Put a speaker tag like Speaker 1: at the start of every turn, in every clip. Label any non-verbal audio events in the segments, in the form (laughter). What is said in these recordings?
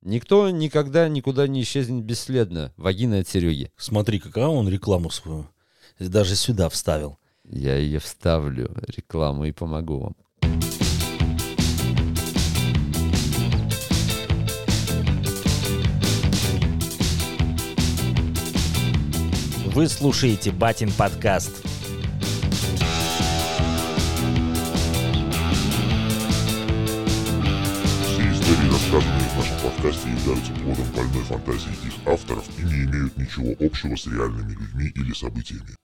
Speaker 1: Никто никогда никуда не исчезнет бесследно. Вагина от Сереги.
Speaker 2: Смотри, какая он рекламу свою. Даже сюда вставил.
Speaker 1: Я ее вставлю, рекламу, и помогу вам.
Speaker 2: Вы слушаете Батин подкаст.
Speaker 3: Все истории, рассказанные в нашем подкасте, являются плодом больной фантазии их авторов и не имеют ничего общего с реальными людьми или событиями.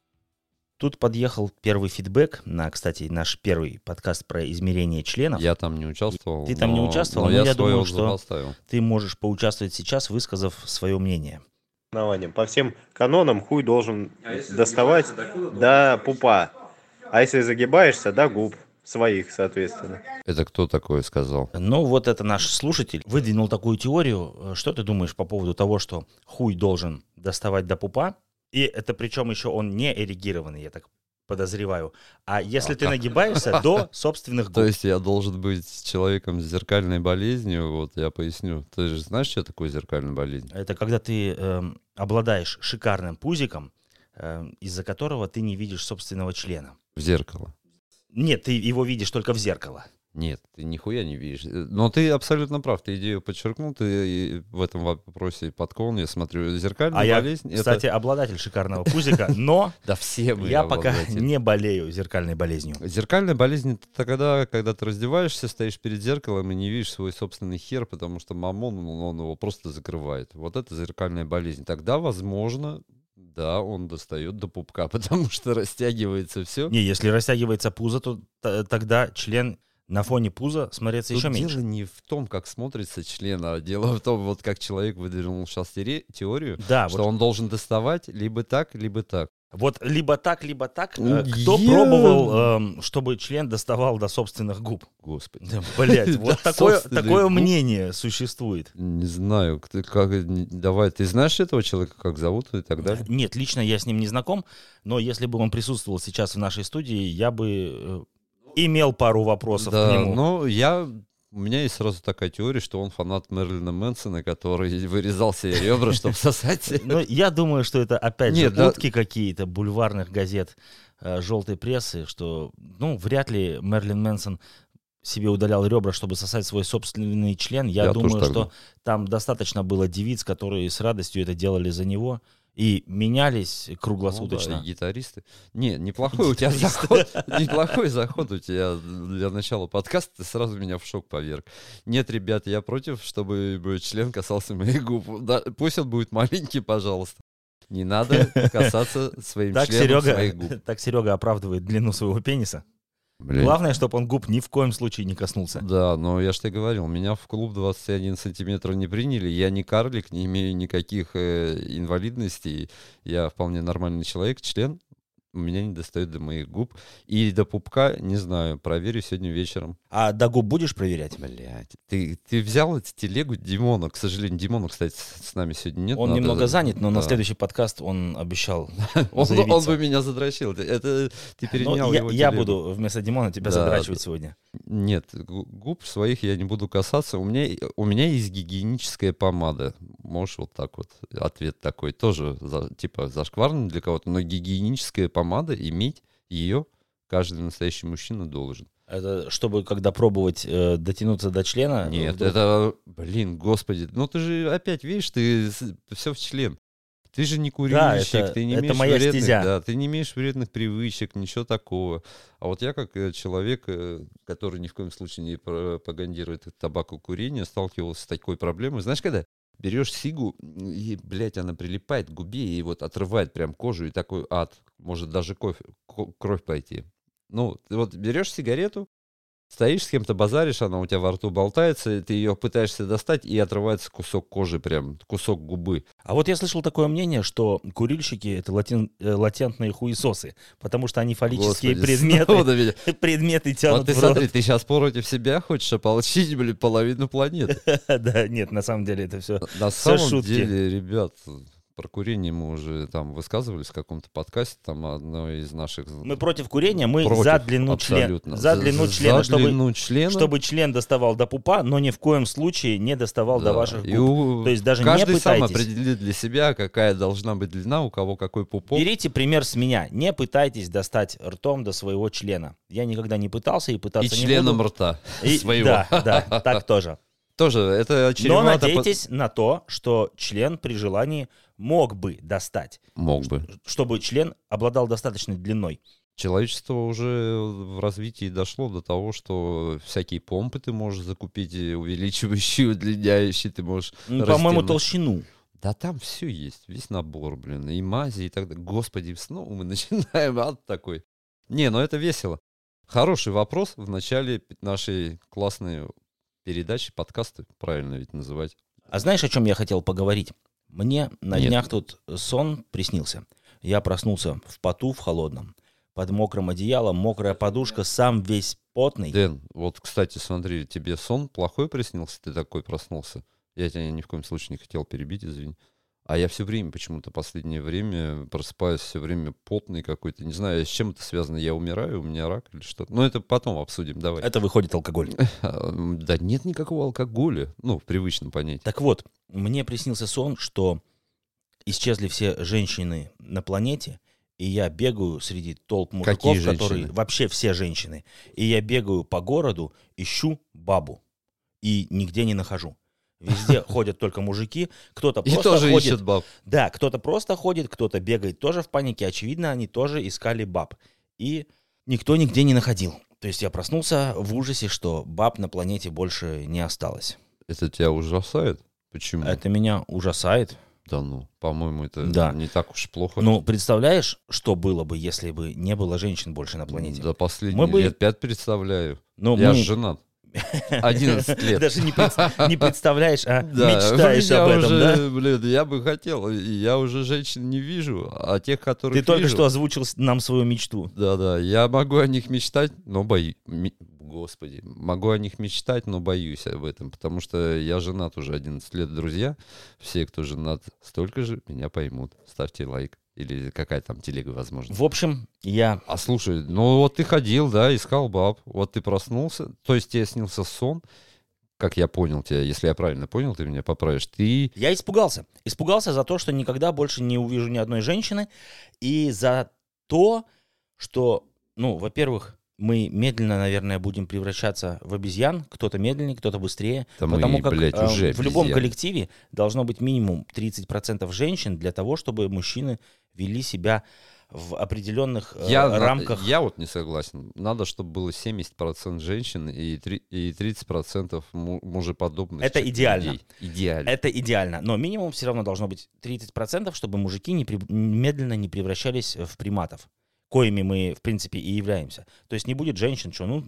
Speaker 2: Тут подъехал первый фидбэк на, кстати, наш первый подкаст про измерение членов.
Speaker 1: Я там не участвовал.
Speaker 2: Ты там не
Speaker 1: но-
Speaker 2: участвовал,
Speaker 1: но
Speaker 2: но
Speaker 1: я,
Speaker 2: я
Speaker 1: свой
Speaker 2: думаю,
Speaker 1: отзыв
Speaker 2: что-
Speaker 1: оставил.
Speaker 2: Ты можешь поучаствовать сейчас, высказав свое мнение.
Speaker 4: основанием. По всем канонам хуй должен доставать до пупа. А если загибаешься, до губ своих, соответственно.
Speaker 1: Это кто такое сказал?
Speaker 2: Ну вот это наш слушатель выдвинул такую теорию. Э, Что ты думаешь по поводу того, что хуй должен доставать до пупа? И это причем еще он не эрегированный, я так подозреваю. А если ты нагибаешься до
Speaker 1: (laughs)
Speaker 2: собственных
Speaker 1: То
Speaker 2: губ?
Speaker 1: есть я должен быть человеком с зеркальной болезнью, вот я поясню. Ты же знаешь, что такое зеркальная болезнь?
Speaker 2: Это когда ты эм, обладаешь шикарным пузиком, эм, из-за которого ты не видишь собственного члена.
Speaker 1: В зеркало.
Speaker 2: Нет, ты его видишь только в зеркало.
Speaker 1: Нет, ты нихуя не видишь. Э, Но ты абсолютно прав, ты идею подчеркнул, ты и в этом вопросе подкован, я смотрю. Зеркальная
Speaker 2: А я,
Speaker 1: болезнь... это-
Speaker 2: кстати, обладатель шикарного
Speaker 1: (laughs)
Speaker 2: пузика, но
Speaker 1: да все мы
Speaker 2: я пока (laughs)
Speaker 1: обладатели.
Speaker 2: не болею зеркальной болезнью.
Speaker 1: Зеркальная болезнь это тогда, когда ты раздеваешься, стоишь перед зеркалом и не видишь свой собственный хер, потому что мамон, он, он его просто закрывает. Вот это зеркальная болезнь. Тогда, возможно, да, он достает до пупка, (laughs) потому что растягивается все.
Speaker 2: Не, если растягивается пузо, то т- тогда член на фоне пуза смотрится еще меньше.
Speaker 1: дело не в том, как смотрится член, а дело в том, вот как человек выдвинул сейчас теорию,
Speaker 2: Да,
Speaker 1: что
Speaker 2: вот,
Speaker 1: он должен доставать либо так, либо так.
Speaker 2: вот либо так, либо так.
Speaker 1: Ну,
Speaker 2: Э, Кто
Speaker 1: я-
Speaker 2: пробовал, эм, чтобы член доставал до собственных губ?
Speaker 1: Господи.
Speaker 2: Да,
Speaker 1: (laughs)
Speaker 2: Блять, вот
Speaker 1: До
Speaker 2: такое,
Speaker 1: собственных
Speaker 2: такое
Speaker 1: губ.
Speaker 2: мнение существует.
Speaker 1: Не знаю, кто- как, давай, ты знаешь этого человека, как зовут и так далее?
Speaker 2: Нет, лично я с ним не знаком, но если бы он присутствовал сейчас в нашей студии, я бы э, имел пару вопросов
Speaker 1: Да,
Speaker 2: к нему.
Speaker 1: ну, (laughs) я... У меня есть сразу такая теория, что он фанат Мерлина Мэнсона, который (laughs) вырезал себе ребра, чтобы сосать.
Speaker 2: (laughs) Ну, я думаю, что это опять
Speaker 1: Нет,
Speaker 2: же
Speaker 1: да-
Speaker 2: утки какие-то бульварных газет э, желтой прессы, что, ну, вряд ли Мерлин Мэнсон себе удалял ребра, чтобы сосать свой собственный член. Я,
Speaker 1: Я тоже
Speaker 2: думаю,
Speaker 1: так
Speaker 2: что
Speaker 1: думаю.
Speaker 2: там достаточно было девиц, которые с радостью это делали за него и менялись круглосуточно.
Speaker 1: Ну да, и гитаристы. Не, неплохой у тебя заход. (laughs) Неплохой заход у тебя для начала подкаста. Ты сразу меня в шок поверг. Нет, ребят, я против, чтобы мой член касался моих губ. Да, пусть он будет маленький, пожалуйста. Не надо касаться своим
Speaker 2: Так
Speaker 1: членом своих
Speaker 2: (laughs) Серега,
Speaker 1: губ.
Speaker 2: так Серега оправдывает длину своего пениса.
Speaker 1: Блин.
Speaker 2: Главное, чтобы он губ ни в коем случае не коснулся.
Speaker 1: Да, но я же тебе говорил, меня в клуб 21 сантиметр не приняли, я не карлик, не имею никаких э, инвалидностей, я вполне нормальный человек, член у меня не достает до моих губ и до пупка, не знаю, проверю сегодня вечером.
Speaker 2: А до губ будешь проверять?
Speaker 1: Блять, ты, ты взял эту телегу Димона, к сожалению, Димона, кстати, с с нами сегодня нет.
Speaker 2: Он
Speaker 1: надо-
Speaker 2: немного занят, но на
Speaker 1: да.
Speaker 2: следующий подкаст он обещал
Speaker 1: (laughs) Он,
Speaker 2: заявиться.
Speaker 1: он бы меня задрочил, Ты- это ты
Speaker 2: Ну,
Speaker 1: перенял
Speaker 2: я,
Speaker 1: его
Speaker 2: я
Speaker 1: телегу.
Speaker 2: буду вместо Димона тебя
Speaker 1: Да,
Speaker 2: задрачивать сегодня.
Speaker 1: Нет, гу- губ своих я не буду касаться. У меня, у меня есть гигиеническая помада. Можешь вот так вот. Ответ такой тоже, за- типа, зашкварный для кого-то. Но гигиеническая помада, иметь ее каждый настоящий мужчина должен.
Speaker 2: Это чтобы, когда пробовать э, дотянуться до члена... э,
Speaker 1: Нет,
Speaker 2: вдруг-
Speaker 1: это, блин, господи. Ну ты же опять, видишь, ты все в член. Ты же не курильщик,
Speaker 2: это-
Speaker 1: ты не
Speaker 2: это
Speaker 1: имеешь
Speaker 2: моя
Speaker 1: вредных,
Speaker 2: стезя.
Speaker 1: да, ты не имеешь вредных привычек, ничего такого. А вот я как э, человек, э, который ни в коем случае не пропагандирует табакокурение, сталкивался с такой проблемой. Знаешь, когда берешь сигу, м, и, блядь, она прилипает к губе и вот отрывает прям кожу, и такой ад, может даже кофе, ко- кровь пойти. Ну, ты вот берешь сигарету, стоишь с кем-то, базаришь, она у тебя во рту болтается, и ты ее пытаешься достать, и отрывается кусок кожи прям, кусок губы.
Speaker 2: А вот я слышал такое мнение, что курильщики — это латин- э, латентные хуесосы, потому что они фаллические
Speaker 1: Господи, (laughs) снова
Speaker 2: предметы,
Speaker 1: на меня.
Speaker 2: (laughs) предметы
Speaker 1: Вот
Speaker 2: тянут
Speaker 1: ты
Speaker 2: в рот.
Speaker 1: смотри,
Speaker 2: (laughs)
Speaker 1: ты сейчас против себя хочешь ополчить, блин,
Speaker 2: (laughs)
Speaker 1: половину планеты.
Speaker 2: да, нет, на самом деле это все...
Speaker 1: На
Speaker 2: Всё
Speaker 1: самом
Speaker 2: шутки.
Speaker 1: деле, ребят, Про курение мы уже там высказывались в каком-то подкасте, там одной из наших...
Speaker 2: Мы против курения, мы
Speaker 1: Против,
Speaker 2: за длину члена.
Speaker 1: абсолютно.
Speaker 2: За длину члена,
Speaker 1: за
Speaker 2: чтобы,
Speaker 1: длину члена.
Speaker 2: чтобы член доставал до пупа, но ни в коем случае не доставал
Speaker 1: Да.
Speaker 2: до ваших
Speaker 1: И
Speaker 2: губ.
Speaker 1: у-
Speaker 2: То есть даже не
Speaker 1: каждый сам
Speaker 2: пытайтесь.
Speaker 1: определит для себя, какая должна быть длина, у кого какой пупок.
Speaker 2: Берите пример с меня. Не пытайтесь достать ртом до своего члена. Я никогда не пытался и
Speaker 1: И
Speaker 2: пытаться а не
Speaker 1: членом
Speaker 2: буду.
Speaker 1: рта
Speaker 2: И-
Speaker 1: своего.
Speaker 2: Да,
Speaker 1: (laughs)
Speaker 2: да, так тоже.
Speaker 1: Тоже, это
Speaker 2: Но
Speaker 1: чревато по-
Speaker 2: надейтесь на то, что член при желании мог бы достать,
Speaker 1: Мог бы.
Speaker 2: чтобы член обладал достаточной длиной.
Speaker 1: Человечество уже э, в развитии дошло до того, что всякие помпы ты можешь закупить, и увеличивающие, (laughs) удлиняющие, ты можешь...
Speaker 2: Ну, По-моему,
Speaker 1: растянуть.
Speaker 2: толщину.
Speaker 1: Да там все есть, весь набор, блин, и мази, и так далее. Господи, снова мы (laughs) начинаем ад такой. Не, ну это весело. Хороший вопрос в начале пи- нашей классной передачи, подкасты, правильно ведь называть.
Speaker 2: А знаешь, о чем я хотел поговорить? Мне на
Speaker 1: Нет.
Speaker 2: днях тут сон приснился. Я проснулся в поту, в холодном. Под мокрым одеялом, мокрая подушка, сам весь потный.
Speaker 1: Дэн, вот, кстати, смотри, тебе сон плохой приснился, ты такой проснулся. Я тебя ни в коем случае не хотел перебить, извини. А я все время, почему-то последнее время просыпаюсь все время потный какой-то. Не знаю, с чем это связано. Я умираю, у меня рак или что-то. Но это потом обсудим, давай.
Speaker 2: Это выходит алкоголь.
Speaker 1: А, м, Да нет никакого алкоголя, ну, в привычном понятии.
Speaker 2: Так вот, мне приснился сон, что исчезли все женщины на планете, и я бегаю среди толп мужиков,
Speaker 1: Какие
Speaker 2: которые
Speaker 1: женщины?
Speaker 2: вообще все женщины. И я бегаю по городу, ищу бабу. И нигде не нахожу.
Speaker 1: (laughs)
Speaker 2: Везде ходят только мужики, кто-то
Speaker 1: И
Speaker 2: просто
Speaker 1: тоже
Speaker 2: ходит.
Speaker 1: ищет баб.
Speaker 2: Да, кто-то просто ходит, кто-то бегает тоже в панике. Очевидно, они тоже искали баб. И никто нигде не находил. То есть я проснулся в ужасе, что баб на планете больше не осталось.
Speaker 1: Это тебя ужасает? Почему?
Speaker 2: Это меня ужасает.
Speaker 1: Да ну, по-моему, это
Speaker 2: Да.
Speaker 1: не так уж плохо.
Speaker 2: Ну, представляешь, что было бы, если бы не было женщин больше на планете?
Speaker 1: Да последние
Speaker 2: Мы бы-
Speaker 1: лет пять представляю.
Speaker 2: Ну,
Speaker 1: я
Speaker 2: мы- (laughs)
Speaker 1: же женат. 11 лет.
Speaker 2: Даже не, пред- не представляешь, а
Speaker 1: Да, (laughs)
Speaker 2: мечтаешь
Speaker 1: я
Speaker 2: об этом,
Speaker 1: уже,
Speaker 2: да?
Speaker 1: Блин, я бы хотел, и я уже женщин не вижу, а тех, которые
Speaker 2: Ты только что озвучил с- нам свою мечту.
Speaker 1: Да-да, я могу о них мечтать, но боюсь. Господи, могу о них мечтать, но боюсь об этом, потому что я женат уже 11 лет, друзья. Все, кто женат столько же, меня поймут. Ставьте лайк. Или какая там телега, возможно.
Speaker 2: В общем, я...
Speaker 1: А слушай, ну вот ты ходил, да, искал баб, вот ты проснулся, то есть тебе снился сон, как я понял тебя, если я правильно понял, ты меня поправишь, ты...
Speaker 2: Я испугался. Испугался за то, что никогда больше не увижу ни одной женщины. И за то, что, ну, во-первых, мы медленно, наверное, будем превращаться в обезьян. Кто-то медленнее, кто-то быстрее.
Speaker 1: Да мы,
Speaker 2: Потому как
Speaker 1: блядь,
Speaker 2: э,
Speaker 1: уже
Speaker 2: в любом
Speaker 1: обезьяны.
Speaker 2: коллективе должно быть минимум 30% женщин для того, чтобы мужчины вели себя в определенных э,
Speaker 1: Я, на-
Speaker 2: рамках.
Speaker 1: я вот не согласен. Надо, чтобы было 70% женщин и, три- и 30% му- мужеподобных.
Speaker 2: Это
Speaker 1: чё-
Speaker 2: идеально.
Speaker 1: людей. Идеально.
Speaker 2: Это идеально. Но минимум все равно должно быть 30%, чтобы мужики не при- медленно не превращались э, в приматов, коими мы, в принципе, и являемся. То есть не будет женщин, что, ну,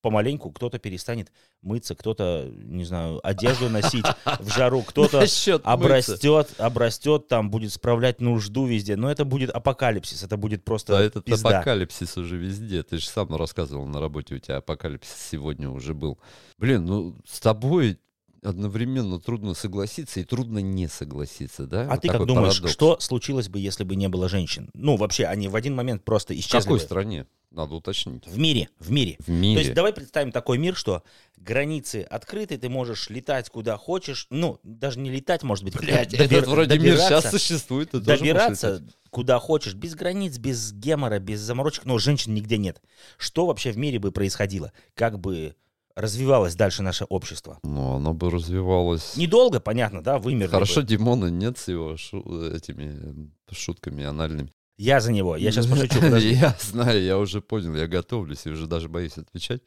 Speaker 2: помаленьку кто-то перестанет мыться, кто-то, не знаю, одежду носить в
Speaker 1: (laughs)
Speaker 2: жару, кто-то
Speaker 1: Насчёт мыться.
Speaker 2: обрастет, обрастет, там будет справлять нужду везде. Но это будет апокалипсис, это будет просто
Speaker 1: Да, этот
Speaker 2: э, пизда.
Speaker 1: апокалипсис уже везде. Ты же сам рассказывал на работе, у тебя апокалипсис сегодня уже был. Блин, ну с тобой одновременно трудно согласиться и трудно не согласиться, да?
Speaker 2: А
Speaker 1: Вот
Speaker 2: ты как
Speaker 1: такой
Speaker 2: думаешь,
Speaker 1: парадокс.
Speaker 2: что случилось бы, если бы не было женщин? Ну, вообще, они в один момент просто
Speaker 1: В
Speaker 2: исчезли.
Speaker 1: какой
Speaker 2: бы.
Speaker 1: стране? Надо уточнить.
Speaker 2: В мире, в мире.
Speaker 1: В мире.
Speaker 2: То есть давай представим такой мир, что границы открыты, ты можешь летать куда хочешь, ну, даже не летать, может быть,
Speaker 1: Блядь,
Speaker 2: доби-
Speaker 1: этот вроде мир
Speaker 2: добираться-
Speaker 1: сейчас существует. ты тоже можешь
Speaker 2: добираться
Speaker 1: летать.
Speaker 2: куда хочешь, без границ, без гемора, без заморочек, но женщин нигде нет. Что вообще в мире бы происходило? Как бы развивалось дальше наше общество?
Speaker 1: Ну, оно бы развивалось.
Speaker 2: Недолго, понятно, да, вымерли бы.
Speaker 1: Хорошо, Димона нет с его шу- этими э, шутками анальными.
Speaker 2: Я за него,
Speaker 1: (laughs)
Speaker 2: я сейчас пошучу, подожди.
Speaker 1: Я знаю, я уже понял, я готовлюсь и уже даже боюсь отвечать.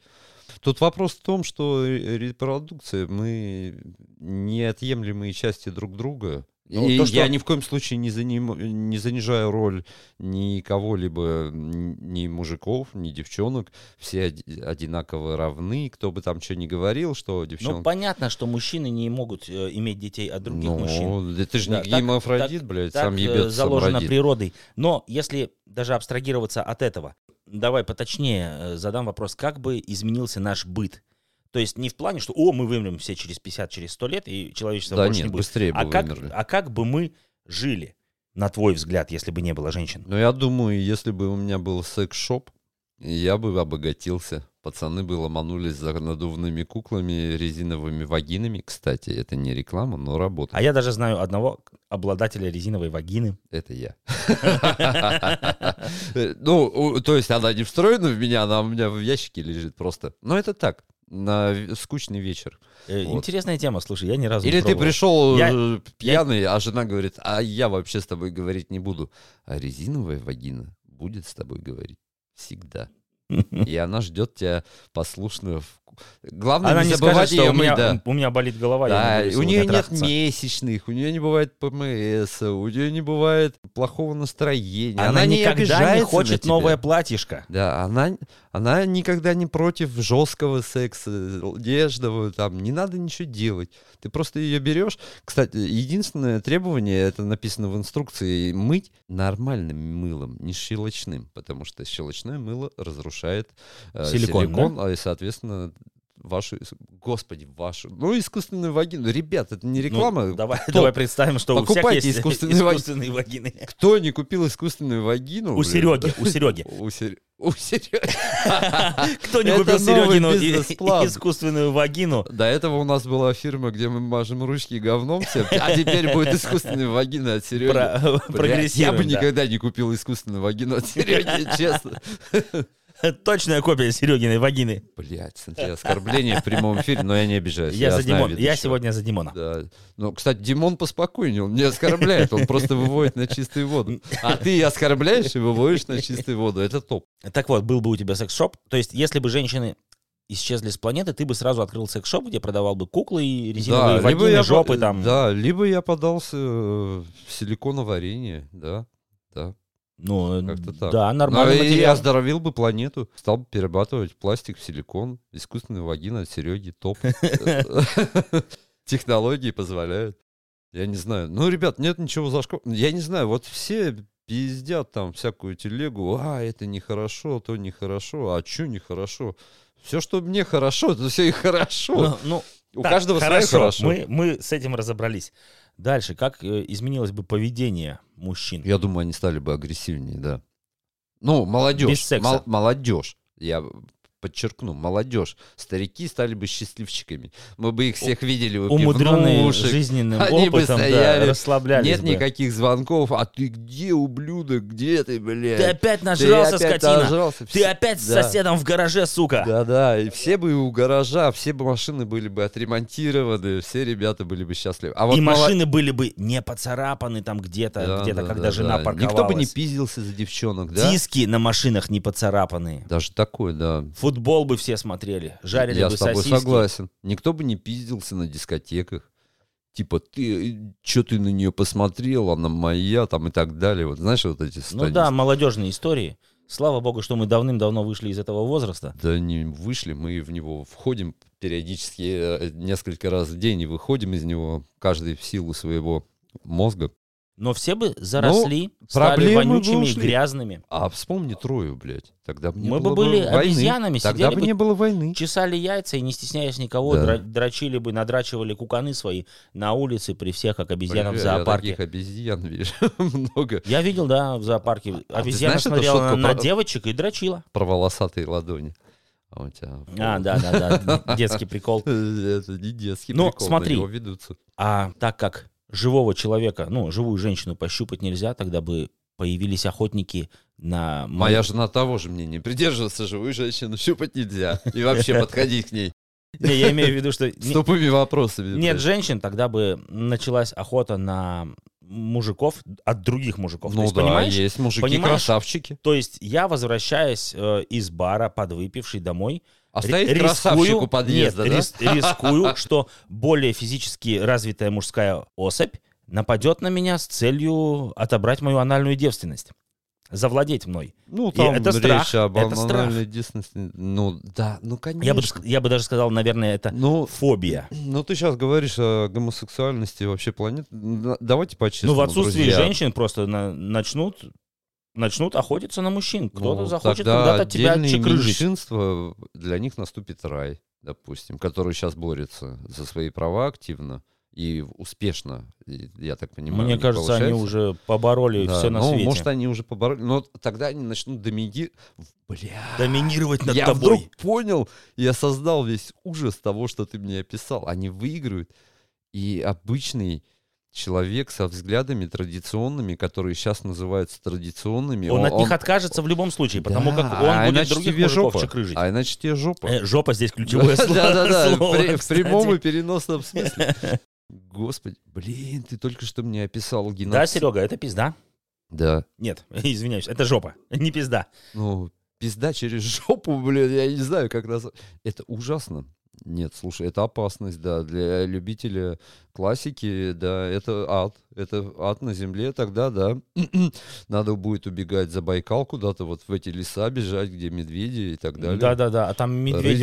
Speaker 1: Тут вопрос в том, что ре- репродукция, мы неотъемлемые части друг друга.
Speaker 2: Ну,
Speaker 1: и
Speaker 2: то, что-
Speaker 1: я ни в коем случае не, заним- не занижаю роль ни кого-либо, н- ни мужиков, ни девчонок. Все оди- одинаково равны, кто бы там что ни говорил, что
Speaker 2: Ну,
Speaker 1: девчонка...
Speaker 2: понятно, что мужчины не могут э, иметь детей от других
Speaker 1: Ну,
Speaker 2: мужчин.
Speaker 1: да ты же
Speaker 2: Да,
Speaker 1: не
Speaker 2: так-
Speaker 1: геймоафродит, блядь,
Speaker 2: так
Speaker 1: сам
Speaker 2: э,
Speaker 1: ебет, сам
Speaker 2: заложено
Speaker 1: родит.
Speaker 2: природой. Но если даже абстрагироваться от этого, давай поточнее э, задам вопрос, как бы изменился наш быт? То есть не в плане, что «О, мы вымрем все через 50, через 100 лет, и человечество
Speaker 1: Да
Speaker 2: больше
Speaker 1: нет,
Speaker 2: не будет».
Speaker 1: быстрее бы
Speaker 2: а, как,
Speaker 1: вымерли.
Speaker 2: а как бы мы жили? на твой взгляд, если бы не было женщин?
Speaker 1: Но я думаю, если бы у меня был секс-шоп, я бы обогатился. Пацаны бы ломанулись за надувными куклами, резиновыми вагинами. Кстати, это не реклама, но работа.
Speaker 2: А я даже знаю одного обладателя резиновой вагины.
Speaker 1: Это я. (laughs) Э, Ну, у- то есть она не встроена в меня, она у меня в ящике лежит просто. Но это так, на в- скучный вечер.
Speaker 2: Э,
Speaker 1: Вот.
Speaker 2: Интересная тема, слушай, я ни разу не
Speaker 1: Или ты
Speaker 2: пробовал. (laughs)
Speaker 1: пришел
Speaker 2: Я-
Speaker 1: э, пьяный, а жена говорит, а я вообще с тобой говорить не буду. А резиновая вагина будет с тобой говорить всегда. И она ждет тебя послушно. в ку- Главное
Speaker 2: Она
Speaker 1: не
Speaker 2: не
Speaker 1: забывать
Speaker 2: скажет, что
Speaker 1: ее
Speaker 2: у меня,
Speaker 1: мыть, да.
Speaker 2: у меня болит голова, я
Speaker 1: Да,
Speaker 2: не буду
Speaker 1: у
Speaker 2: сегодня
Speaker 1: нее нет
Speaker 2: трахаться.
Speaker 1: месячных, у нее не бывает ПМС, у нее не бывает плохого настроения.
Speaker 2: Она, никогда не
Speaker 1: обижается на
Speaker 2: хочет
Speaker 1: тебя.
Speaker 2: новое платьишко.
Speaker 1: Да, она, она никогда не против жесткого секса, нежного, там, не надо ничего делать. Ты просто ее берешь. Кстати, единственное требование, это написано в инструкции, мыть нормальным мылом, не щелочным, потому что щелочное мыло разрушает э,
Speaker 2: Силикон,
Speaker 1: а, и, соответственно, вашу, господи, вашу, ну, искусственную вагину. Ребят, это не
Speaker 2: Ну,
Speaker 1: реклама.
Speaker 2: давай,
Speaker 1: Кто-
Speaker 2: давай представим, что у всех
Speaker 1: Покупайте
Speaker 2: есть
Speaker 1: искусственные ваги-
Speaker 2: искусственные вагины.
Speaker 1: Кто не купил искусственную вагину?
Speaker 2: У
Speaker 1: блин?
Speaker 2: Сереги, у Сереги.
Speaker 1: У Сереги. У (laughs) Сереги.
Speaker 2: Кто не
Speaker 1: Это новый
Speaker 2: купил Серегину и-
Speaker 1: бизнес-план.
Speaker 2: искусственную вагину?
Speaker 1: До этого у нас была фирма, где мы мажем ручки говном все, а теперь будет искусственная вагина от Сереги.
Speaker 2: Про-
Speaker 1: Бля,
Speaker 2: прогрессируем,
Speaker 1: Я бы
Speaker 2: да.
Speaker 1: никогда не купил искусственную вагину от
Speaker 2: (laughs)
Speaker 1: Сереги, честно.
Speaker 2: Точная копия Серегиной вагины.
Speaker 1: Блять, смотри, оскорбление в прямом эфире, но я не обижаюсь.
Speaker 2: Я за
Speaker 1: знаю
Speaker 2: Димон.
Speaker 1: ведущего.
Speaker 2: Я сегодня за Димона.
Speaker 1: Да. Ну, кстати, Димон поспокойнее, он не оскорбляет, он просто выводит на чистую воду. А ты оскорбляешь и выводишь на чистую воду, это топ.
Speaker 2: Так вот, был бы у тебя секс-шоп. То есть, если бы женщины исчезли с планеты, ты бы сразу открыл секс-шоп, где продавал бы куклы и резиновые
Speaker 1: либо
Speaker 2: вагины,
Speaker 1: я по-
Speaker 2: жопы там.
Speaker 1: Да, либо я подался э, в силиконоварение, да, да.
Speaker 2: Ну,
Speaker 1: Как-то так.
Speaker 2: да,
Speaker 1: Но
Speaker 2: нормальный
Speaker 1: Ну, и я
Speaker 2: материал.
Speaker 1: оздоровил бы планету, стал бы перерабатывать пластик в силикон, искусственная вагина от Сереги,
Speaker 2: (laughs)
Speaker 1: топ. Технологии позволяют. Я не знаю. Ну, ребят, нет ничего за школ- Я не знаю, вот все пиздят там всякую телегу. А, это нехорошо, то нехорошо. А чё нехорошо? Все, что мне хорошо, то все и хорошо.
Speaker 2: Ну, ну,
Speaker 1: У
Speaker 2: так,
Speaker 1: каждого свое хорошо.
Speaker 2: Мы, мы с этим разобрались. Дальше, как э, изменилось бы поведение мужчин?
Speaker 1: Я думаю, они стали бы агрессивнее, да. Ну, молодежь.
Speaker 2: Без секса.
Speaker 1: мол- молодежь. Я подчеркну, молодежь. Старики стали бы счастливыпщиками. Мы бы их всех видели у
Speaker 2: Умудренные
Speaker 1: пивнушек.
Speaker 2: жизненным
Speaker 1: Они бы
Speaker 2: опытом, да,
Speaker 1: стояли.
Speaker 2: расслаблялись
Speaker 1: Нет
Speaker 2: бы.
Speaker 1: никаких звонков. А ты где, ублюдок? Где ты, блядь?
Speaker 2: Ты опять
Speaker 1: Ты
Speaker 2: нажрался,
Speaker 1: опять
Speaker 2: скотина!
Speaker 1: нажрался.
Speaker 2: Ты
Speaker 1: Вс-
Speaker 2: опять с
Speaker 1: Да.
Speaker 2: соседом в гараже, сука!
Speaker 1: Да, да, и все бы у гаража, все бы машины были бы отремонтированы, все ребята были бы счастливы. А вот
Speaker 2: и
Speaker 1: мало-
Speaker 2: машины были бы не поцарапаны там где-то,
Speaker 1: Да,
Speaker 2: где-то,
Speaker 1: да,
Speaker 2: когда
Speaker 1: да,
Speaker 2: жена
Speaker 1: да.
Speaker 2: парковалась.
Speaker 1: Никто бы не пиздился за девчонок, да?
Speaker 2: Диски на машинах не поцарапанные.
Speaker 1: Даже такое, да.
Speaker 2: Футбол бы все смотрели, жарили
Speaker 1: Я
Speaker 2: бы
Speaker 1: с тобой
Speaker 2: сосиски.
Speaker 1: согласен. Никто бы не пиздился на дискотеках. Типа, ты, что ты на нее посмотрел, она моя, там и так далее. Вот знаешь, вот эти
Speaker 2: Ну
Speaker 1: стадисты.
Speaker 2: да, молодежные истории. Слава богу, что мы давным-давно вышли из этого возраста.
Speaker 1: Да не вышли, мы в него входим периодически э, несколько раз в день и выходим из него, каждый в силу своего мозга.
Speaker 2: Но все бы заросли, стали
Speaker 1: Ну, проблемы бы
Speaker 2: вонючими и
Speaker 1: ушли.
Speaker 2: грязными.
Speaker 1: А вспомни Трою, блядь. Тогда бы не
Speaker 2: Мы
Speaker 1: было
Speaker 2: бы были
Speaker 1: войны.
Speaker 2: обезьянами,
Speaker 1: Тогда
Speaker 2: сидели
Speaker 1: бы
Speaker 2: бы-
Speaker 1: не было войны.
Speaker 2: Чесали яйца и, не стесняясь никого,
Speaker 1: Да.
Speaker 2: дра- дрочили бы, надрачивали куканы свои на улице при всех, как обезьянам в
Speaker 1: Бля,
Speaker 2: зоопарке.
Speaker 1: Я таких обезьян вижу (laughs) много.
Speaker 2: Я видел, да, в зоопарке.
Speaker 1: А ты
Speaker 2: Обезьяна
Speaker 1: знаешь эту
Speaker 2: смотрела
Speaker 1: шутку
Speaker 2: на
Speaker 1: про-
Speaker 2: девочек и дрочила.
Speaker 1: Про волосатые ладони. А у тебя...
Speaker 2: А, да, да,
Speaker 1: (laughs)
Speaker 2: да, детский прикол.
Speaker 1: Это не детский
Speaker 2: Ну,
Speaker 1: прикол,
Speaker 2: смотри.
Speaker 1: на него ведутся.
Speaker 2: А так как живого человека, ну, живую женщину пощупать нельзя, тогда бы появились охотники на... мо-
Speaker 1: Моя жена того же мнения. Придерживаться живую (laughs) женщину щупать нельзя. И
Speaker 2: (laughs)
Speaker 1: вообще подходить к ней
Speaker 2: Не, я имею в виду,
Speaker 1: (laughs)
Speaker 2: что...
Speaker 1: с
Speaker 2: не-
Speaker 1: тупыми вопросами.
Speaker 2: Нет женщин, тогда бы началась охота на мужиков от других мужиков. То
Speaker 1: Ну
Speaker 2: есть,
Speaker 1: да,
Speaker 2: понимаешь?
Speaker 1: есть мужики
Speaker 2: Понимаешь?
Speaker 1: красавчики.
Speaker 2: То есть я, возвращаясь э, из бара, подвыпивший домой,
Speaker 1: А
Speaker 2: Ри-
Speaker 1: стоит
Speaker 2: рискую-
Speaker 1: красавчик у подъезда,
Speaker 2: нет,
Speaker 1: да?
Speaker 2: рис- рискую, (laughs) что более физически развитая мужская особь нападет на меня с целью отобрать мою анальную девственность, завладеть мной.
Speaker 1: Ну,
Speaker 2: И это страх, это страх.
Speaker 1: анальной девственности. Ну, да, ну,
Speaker 2: Я бы,
Speaker 1: конечно.
Speaker 2: дас- я бы даже сказал, наверное, это
Speaker 1: Ну,
Speaker 2: фобия.
Speaker 1: ну, ты сейчас говоришь о гомосексуальности вообще планеты. Н- Давайте по-честному,
Speaker 2: Ну, в отсутствии
Speaker 1: друзья.
Speaker 2: женщин просто на- начнут начнут охотиться на мужчин. Кто-то
Speaker 1: Ну,
Speaker 2: захочет
Speaker 1: тогда
Speaker 2: когда-то тебя
Speaker 1: отдельные
Speaker 2: чекрыжить.
Speaker 1: меньшинства, э, для них наступит рай, допустим, который сейчас борется за свои права активно. и успешно, и, я так понимаю. у
Speaker 2: Мне
Speaker 1: них
Speaker 2: кажется, они
Speaker 1: получается.
Speaker 2: уже побороли
Speaker 1: Да,
Speaker 2: все на
Speaker 1: ну,
Speaker 2: свете.
Speaker 1: может, они уже побороли, но тогда они начнут домиги... Бля,
Speaker 2: Доминировать над
Speaker 1: я
Speaker 2: тобой.
Speaker 1: вдруг понял и осознал весь ужас того, что ты мне описал. Они выиграют, и обычный человек со взглядами традиционными, которые сейчас называются традиционными,
Speaker 2: Он, от них откажется в любом случае, потому
Speaker 1: Да,
Speaker 2: как
Speaker 1: а
Speaker 2: он будет
Speaker 1: иначе
Speaker 2: других
Speaker 1: тебе
Speaker 2: мужиков
Speaker 1: жопа.
Speaker 2: чекрыжить.
Speaker 1: А иначе тебе жопа. (laughs)
Speaker 2: Э, жопа здесь ключевое слово.
Speaker 1: Да-да-да,
Speaker 2: слово,
Speaker 1: в пре- в
Speaker 2: кстати.
Speaker 1: прямом и переносном смысле. (laughs) Господи, блин, ты только что мне описал геноцид.
Speaker 2: Да, Серега, это пизда.
Speaker 1: Да.
Speaker 2: Нет, (laughs) извиняюсь, это жопа, не пизда.
Speaker 1: Ну, пизда через (laughs) жопу, блин, я не знаю, как нас... Это ужасно. Нет, слушай, это опасность, да, для любителя классики, да, это ад, это ад на земле, тогда, да, (clears throat) надо будет убегать за Байкал куда-то, вот в эти леса бежать, где медведи и так далее.
Speaker 2: Да-да-да, а там медведи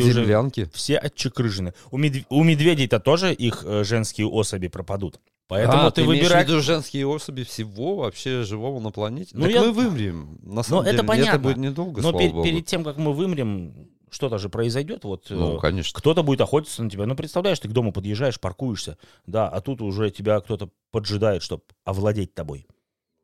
Speaker 1: Рыть
Speaker 2: уже
Speaker 1: землянки.
Speaker 2: все отчекрыжены. У, медв- у медведей-то тоже их э, женские особи пропадут. Поэтому
Speaker 1: А,
Speaker 2: ты,
Speaker 1: имеешь в
Speaker 2: выбирай...
Speaker 1: виду женские особи всего вообще живого на планете?
Speaker 2: Ну,
Speaker 1: Ну,
Speaker 2: я- ну,
Speaker 1: мы вымрем, на самом
Speaker 2: это
Speaker 1: деле.
Speaker 2: понятно.
Speaker 1: Это будет недолго,
Speaker 2: Но
Speaker 1: слава
Speaker 2: пер-
Speaker 1: богу.
Speaker 2: перед тем, как мы вымрем, что-то же произойдет. Вот, э,
Speaker 1: Ну, конечно.
Speaker 2: Кто-то будет охотиться на тебя. Ну, представляешь, ты к дому подъезжаешь, паркуешься, да, а тут уже тебя кто-то поджидает, чтобы овладеть тобой.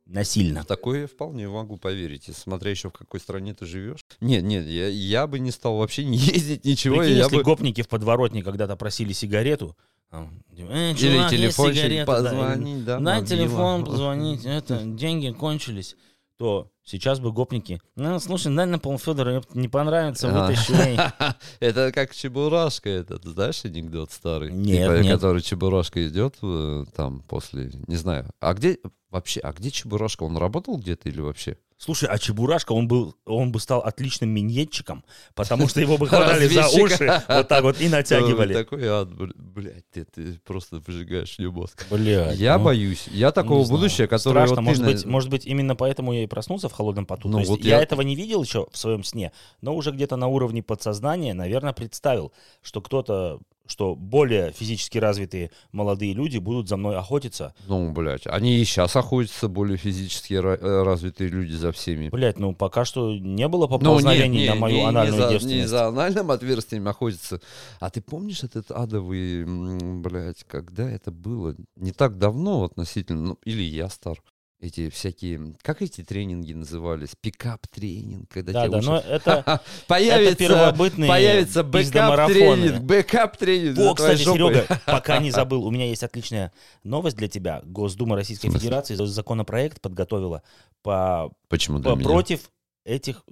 Speaker 2: Насильно.
Speaker 1: В Такое я вполне могу поверить, и смотря еще в какой стране ты живешь. Нет, нет, я, я бы не стал вообще (laughs) не ездить ничего,
Speaker 2: Прикинь,
Speaker 1: и я
Speaker 2: если
Speaker 1: бы...
Speaker 2: гопники в подворотне когда-то просили сигарету, там, «Э,
Speaker 1: Или
Speaker 2: чувак, есть
Speaker 1: телефончик
Speaker 2: сигарета?» Да, или,
Speaker 1: позвонить, да,
Speaker 2: Дай
Speaker 1: мобила.
Speaker 2: телефон позвонить, это, деньги кончились, то сейчас бы гопники, ну, слушай, дай на пол Федора, не понравится,
Speaker 1: А.
Speaker 2: вытащи. эй».
Speaker 1: (laughs) (laughs) Это как Чебурашка этот, знаешь анекдот старый?
Speaker 2: Нет,
Speaker 1: Типа,
Speaker 2: нет.
Speaker 1: Который Чебурашка идет э, там после, не знаю. А где вообще, а где Чебурашка? Он работал где-то или вообще?
Speaker 2: Слушай, а Чебурашка, он, был, он бы стал отличным миньетчиком, потому
Speaker 1: (laughs)
Speaker 2: что его бы хватали за
Speaker 1: Разведчика.
Speaker 2: уши вот так вот
Speaker 1: (laughs)
Speaker 2: и натягивали.
Speaker 1: Такой ад, бл- блядь, ты, ты просто выжигаешь мне мозг.
Speaker 2: Блядь.
Speaker 1: Я
Speaker 2: ну.
Speaker 1: боюсь, я такого
Speaker 2: Не знаю.
Speaker 1: будущего, которое вот
Speaker 2: Страшно,
Speaker 1: ты
Speaker 2: может,
Speaker 1: на-
Speaker 2: быть, может быть, именно поэтому я и проснулся в холодном поту.
Speaker 1: Ну
Speaker 2: То есть
Speaker 1: вот
Speaker 2: я...
Speaker 1: я-
Speaker 2: этого не видел еще в своем сне, но уже где-то на уровне подсознания, наверное, представил, что кто-то, что более физически развитые молодые люди будут за мной охотиться.
Speaker 1: Ну, блядь, они и сейчас охотятся более физически ра- э, развитые люди за всеми.
Speaker 2: Блять, ну пока что не было
Speaker 1: Ну, нет,
Speaker 2: поползновений
Speaker 1: не-
Speaker 2: на мою
Speaker 1: не- не
Speaker 2: анальную
Speaker 1: за- Не
Speaker 2: девственность.
Speaker 1: за анальным отверстием охотятся. А ты помнишь этот адовый, м, блядь, когда это было? Не так давно относительно, ну, или я стар. Эти всякие, как эти тренинги назывались? Пикап-тренинг, когда
Speaker 2: Да,
Speaker 1: тебя
Speaker 2: да,
Speaker 1: учат.
Speaker 2: но это,
Speaker 1: Ха-ха,
Speaker 2: это
Speaker 1: Появится,
Speaker 2: первобытные
Speaker 1: появится бэкап-тренинг,
Speaker 2: пиздомарафоны.
Speaker 1: бэкап-тренинг.
Speaker 2: О,
Speaker 1: за твоей
Speaker 2: кстати,
Speaker 1: жопой.
Speaker 2: Серега,
Speaker 1: (laughs)
Speaker 2: пока не забыл, у меня есть отличная новость для тебя. Госдума Российской
Speaker 1: В смысле?
Speaker 2: Федерации законопроект подготовила по
Speaker 1: Почему
Speaker 2: П-
Speaker 1: для меня?
Speaker 2: против этих,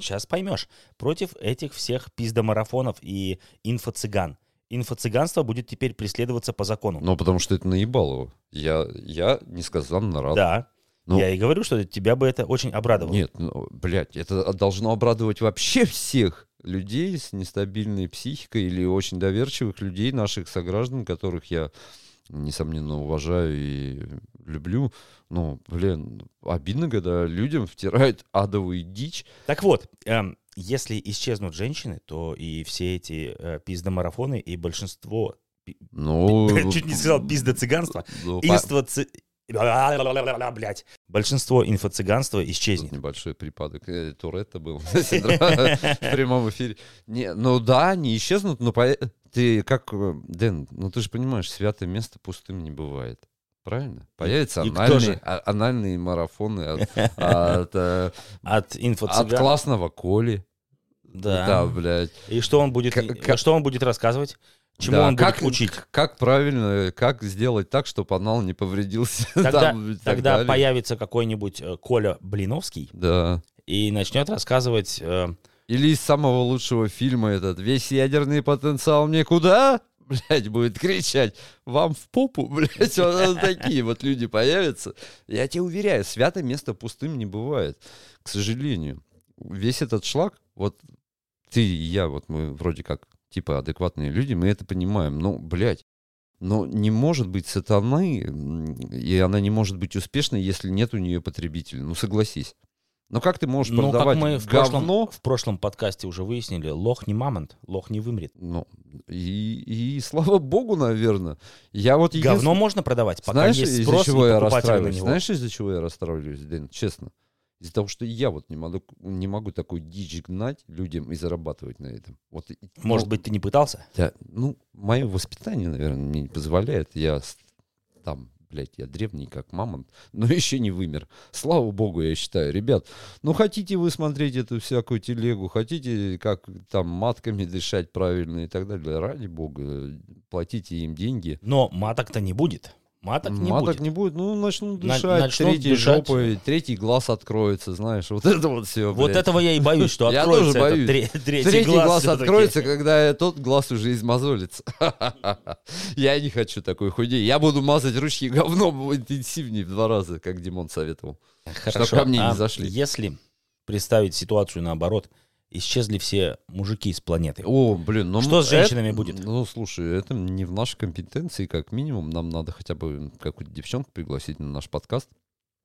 Speaker 2: сейчас поймешь, против этих всех пиздомарафонов и инфо-цыган. Инфо-цыганство будет теперь преследоваться по закону.
Speaker 1: Ну, потому что это наебалово. Я, я несказанно рад.
Speaker 2: да.
Speaker 1: Ну.
Speaker 2: я и говорю, что тебя бы это очень обрадовало.
Speaker 1: Нет, ну, блядь, это должно обрадовать вообще всех людей с нестабильной психикой или очень доверчивых людей, наших сограждан, которых я, несомненно, уважаю и люблю. Ну, блин, обидно, когда людям втирают адовую дичь.
Speaker 2: Так вот, эм, если исчезнут женщины, то и все эти э, пиздомарафоны и большинство, (laughs)
Speaker 1: Ну,
Speaker 2: чуть не сказал пиздоцыганство,
Speaker 1: ну, по-
Speaker 2: инфо-ци- Блять. Большинство инфо-цыганства
Speaker 1: Тут
Speaker 2: исчезнет.
Speaker 1: небольшой припадок э, Туретта был (laughs) синдром в прямом эфире. Не, ну да, они исчезнут, но по- ты как, э, Дэн, ну ты же понимаешь, святое место пустым не бывает. Правильно? Появятся
Speaker 2: И кто
Speaker 1: анальные,
Speaker 2: же?
Speaker 1: а- анальные марафоны от,
Speaker 2: (laughs)
Speaker 1: от, э,
Speaker 2: От
Speaker 1: от
Speaker 2: инфо-цыган.
Speaker 1: классного Коли. Да, блядь.
Speaker 2: И что он будет,
Speaker 1: К- как-
Speaker 2: что он будет рассказывать? Чему
Speaker 1: Да,
Speaker 2: он будет
Speaker 1: как, (laughs)
Speaker 2: учить?
Speaker 1: к- Как правильно, э, как сделать так, чтобы анал не повредился. (laughs)
Speaker 2: Тогда,
Speaker 1: там и так
Speaker 2: тогда
Speaker 1: далее.
Speaker 2: появится какой-нибудь э, Коля Блиновский
Speaker 1: Да.
Speaker 2: и начнет рассказывать... э,
Speaker 1: Или из самого лучшего фильма этот «Весь ядерный потенциал мне куда?» (laughs) Блять, будет кричать, вам в попу, (laughs) блять, вот такие вот люди появятся. Я тебе уверяю, святое место пустым не бывает, к сожалению. Весь этот шлак, вот ты и я, вот мы вроде как типа адекватные люди, мы это понимаем, но, блядь, но не может быть сатаны, м, и она не может быть успешной, если нет у нее потребителя. Ну согласись. Ну как ты можешь
Speaker 2: ну, как
Speaker 1: продавать
Speaker 2: мы в
Speaker 1: говно?
Speaker 2: прошлом, в прошлом подкасте уже выяснили, лох не мамонт, лох не вымрет.
Speaker 1: Ну, и, и слава богу, наверное. Я вот единствен-
Speaker 2: Говно можно продавать, пока
Speaker 1: Знаешь,
Speaker 2: есть
Speaker 1: из-за
Speaker 2: спрос
Speaker 1: чего
Speaker 2: и
Speaker 1: я
Speaker 2: покупатели на
Speaker 1: расстраиваюсь?
Speaker 2: него.
Speaker 1: Знаешь, из-за чего я расстраиваюсь, Дэн, честно? Из-за того, что я вот не могу, не могу такой дичь гнать людям и зарабатывать на этом. Вот, и- ну,
Speaker 2: Может быть, ты не пытался?
Speaker 1: да, ну, мое воспитание, наверное, мне не позволяет. Я с- там, блядь, я древний как мамонт, но (laughs) еще не вымер. Слава богу, я считаю. Ребят, ну хотите вы смотреть эту всякую телегу, хотите как там матками дышать правильно и так далее, ради бога, платите им деньги.
Speaker 2: Но маток-то не будет. Маток не
Speaker 1: Маток
Speaker 2: будет.
Speaker 1: не будет, ну начнут
Speaker 2: На-
Speaker 1: дышать,
Speaker 2: начнут
Speaker 1: третий
Speaker 2: дышать.
Speaker 1: жопой, третий глаз откроется, знаешь, (laughs) вот это вот все.
Speaker 2: Вот этого я и боюсь,
Speaker 1: (laughs)
Speaker 2: что
Speaker 1: Я
Speaker 2: откроется
Speaker 1: тоже
Speaker 2: этот
Speaker 1: боюсь.
Speaker 2: тре- третий,
Speaker 1: Третий глаз,
Speaker 2: всё-таки.
Speaker 1: откроется, когда тот глаз уже измазолится. (laughs) Я не хочу такой худей. Я буду мазать ручки говном интенсивнее в два раза, как Димон советовал.
Speaker 2: Хорошо.
Speaker 1: ко мне не
Speaker 2: а
Speaker 1: зашли.
Speaker 2: Если представить ситуацию наоборот, исчезли все мужики с планеты.
Speaker 1: О, блин, ну...
Speaker 2: Что с
Speaker 1: это-
Speaker 2: женщинами будет?
Speaker 1: Ну, слушай, это не в нашей компетенции, как минимум. Нам надо хотя бы какую-то девчонку пригласить на наш подкаст.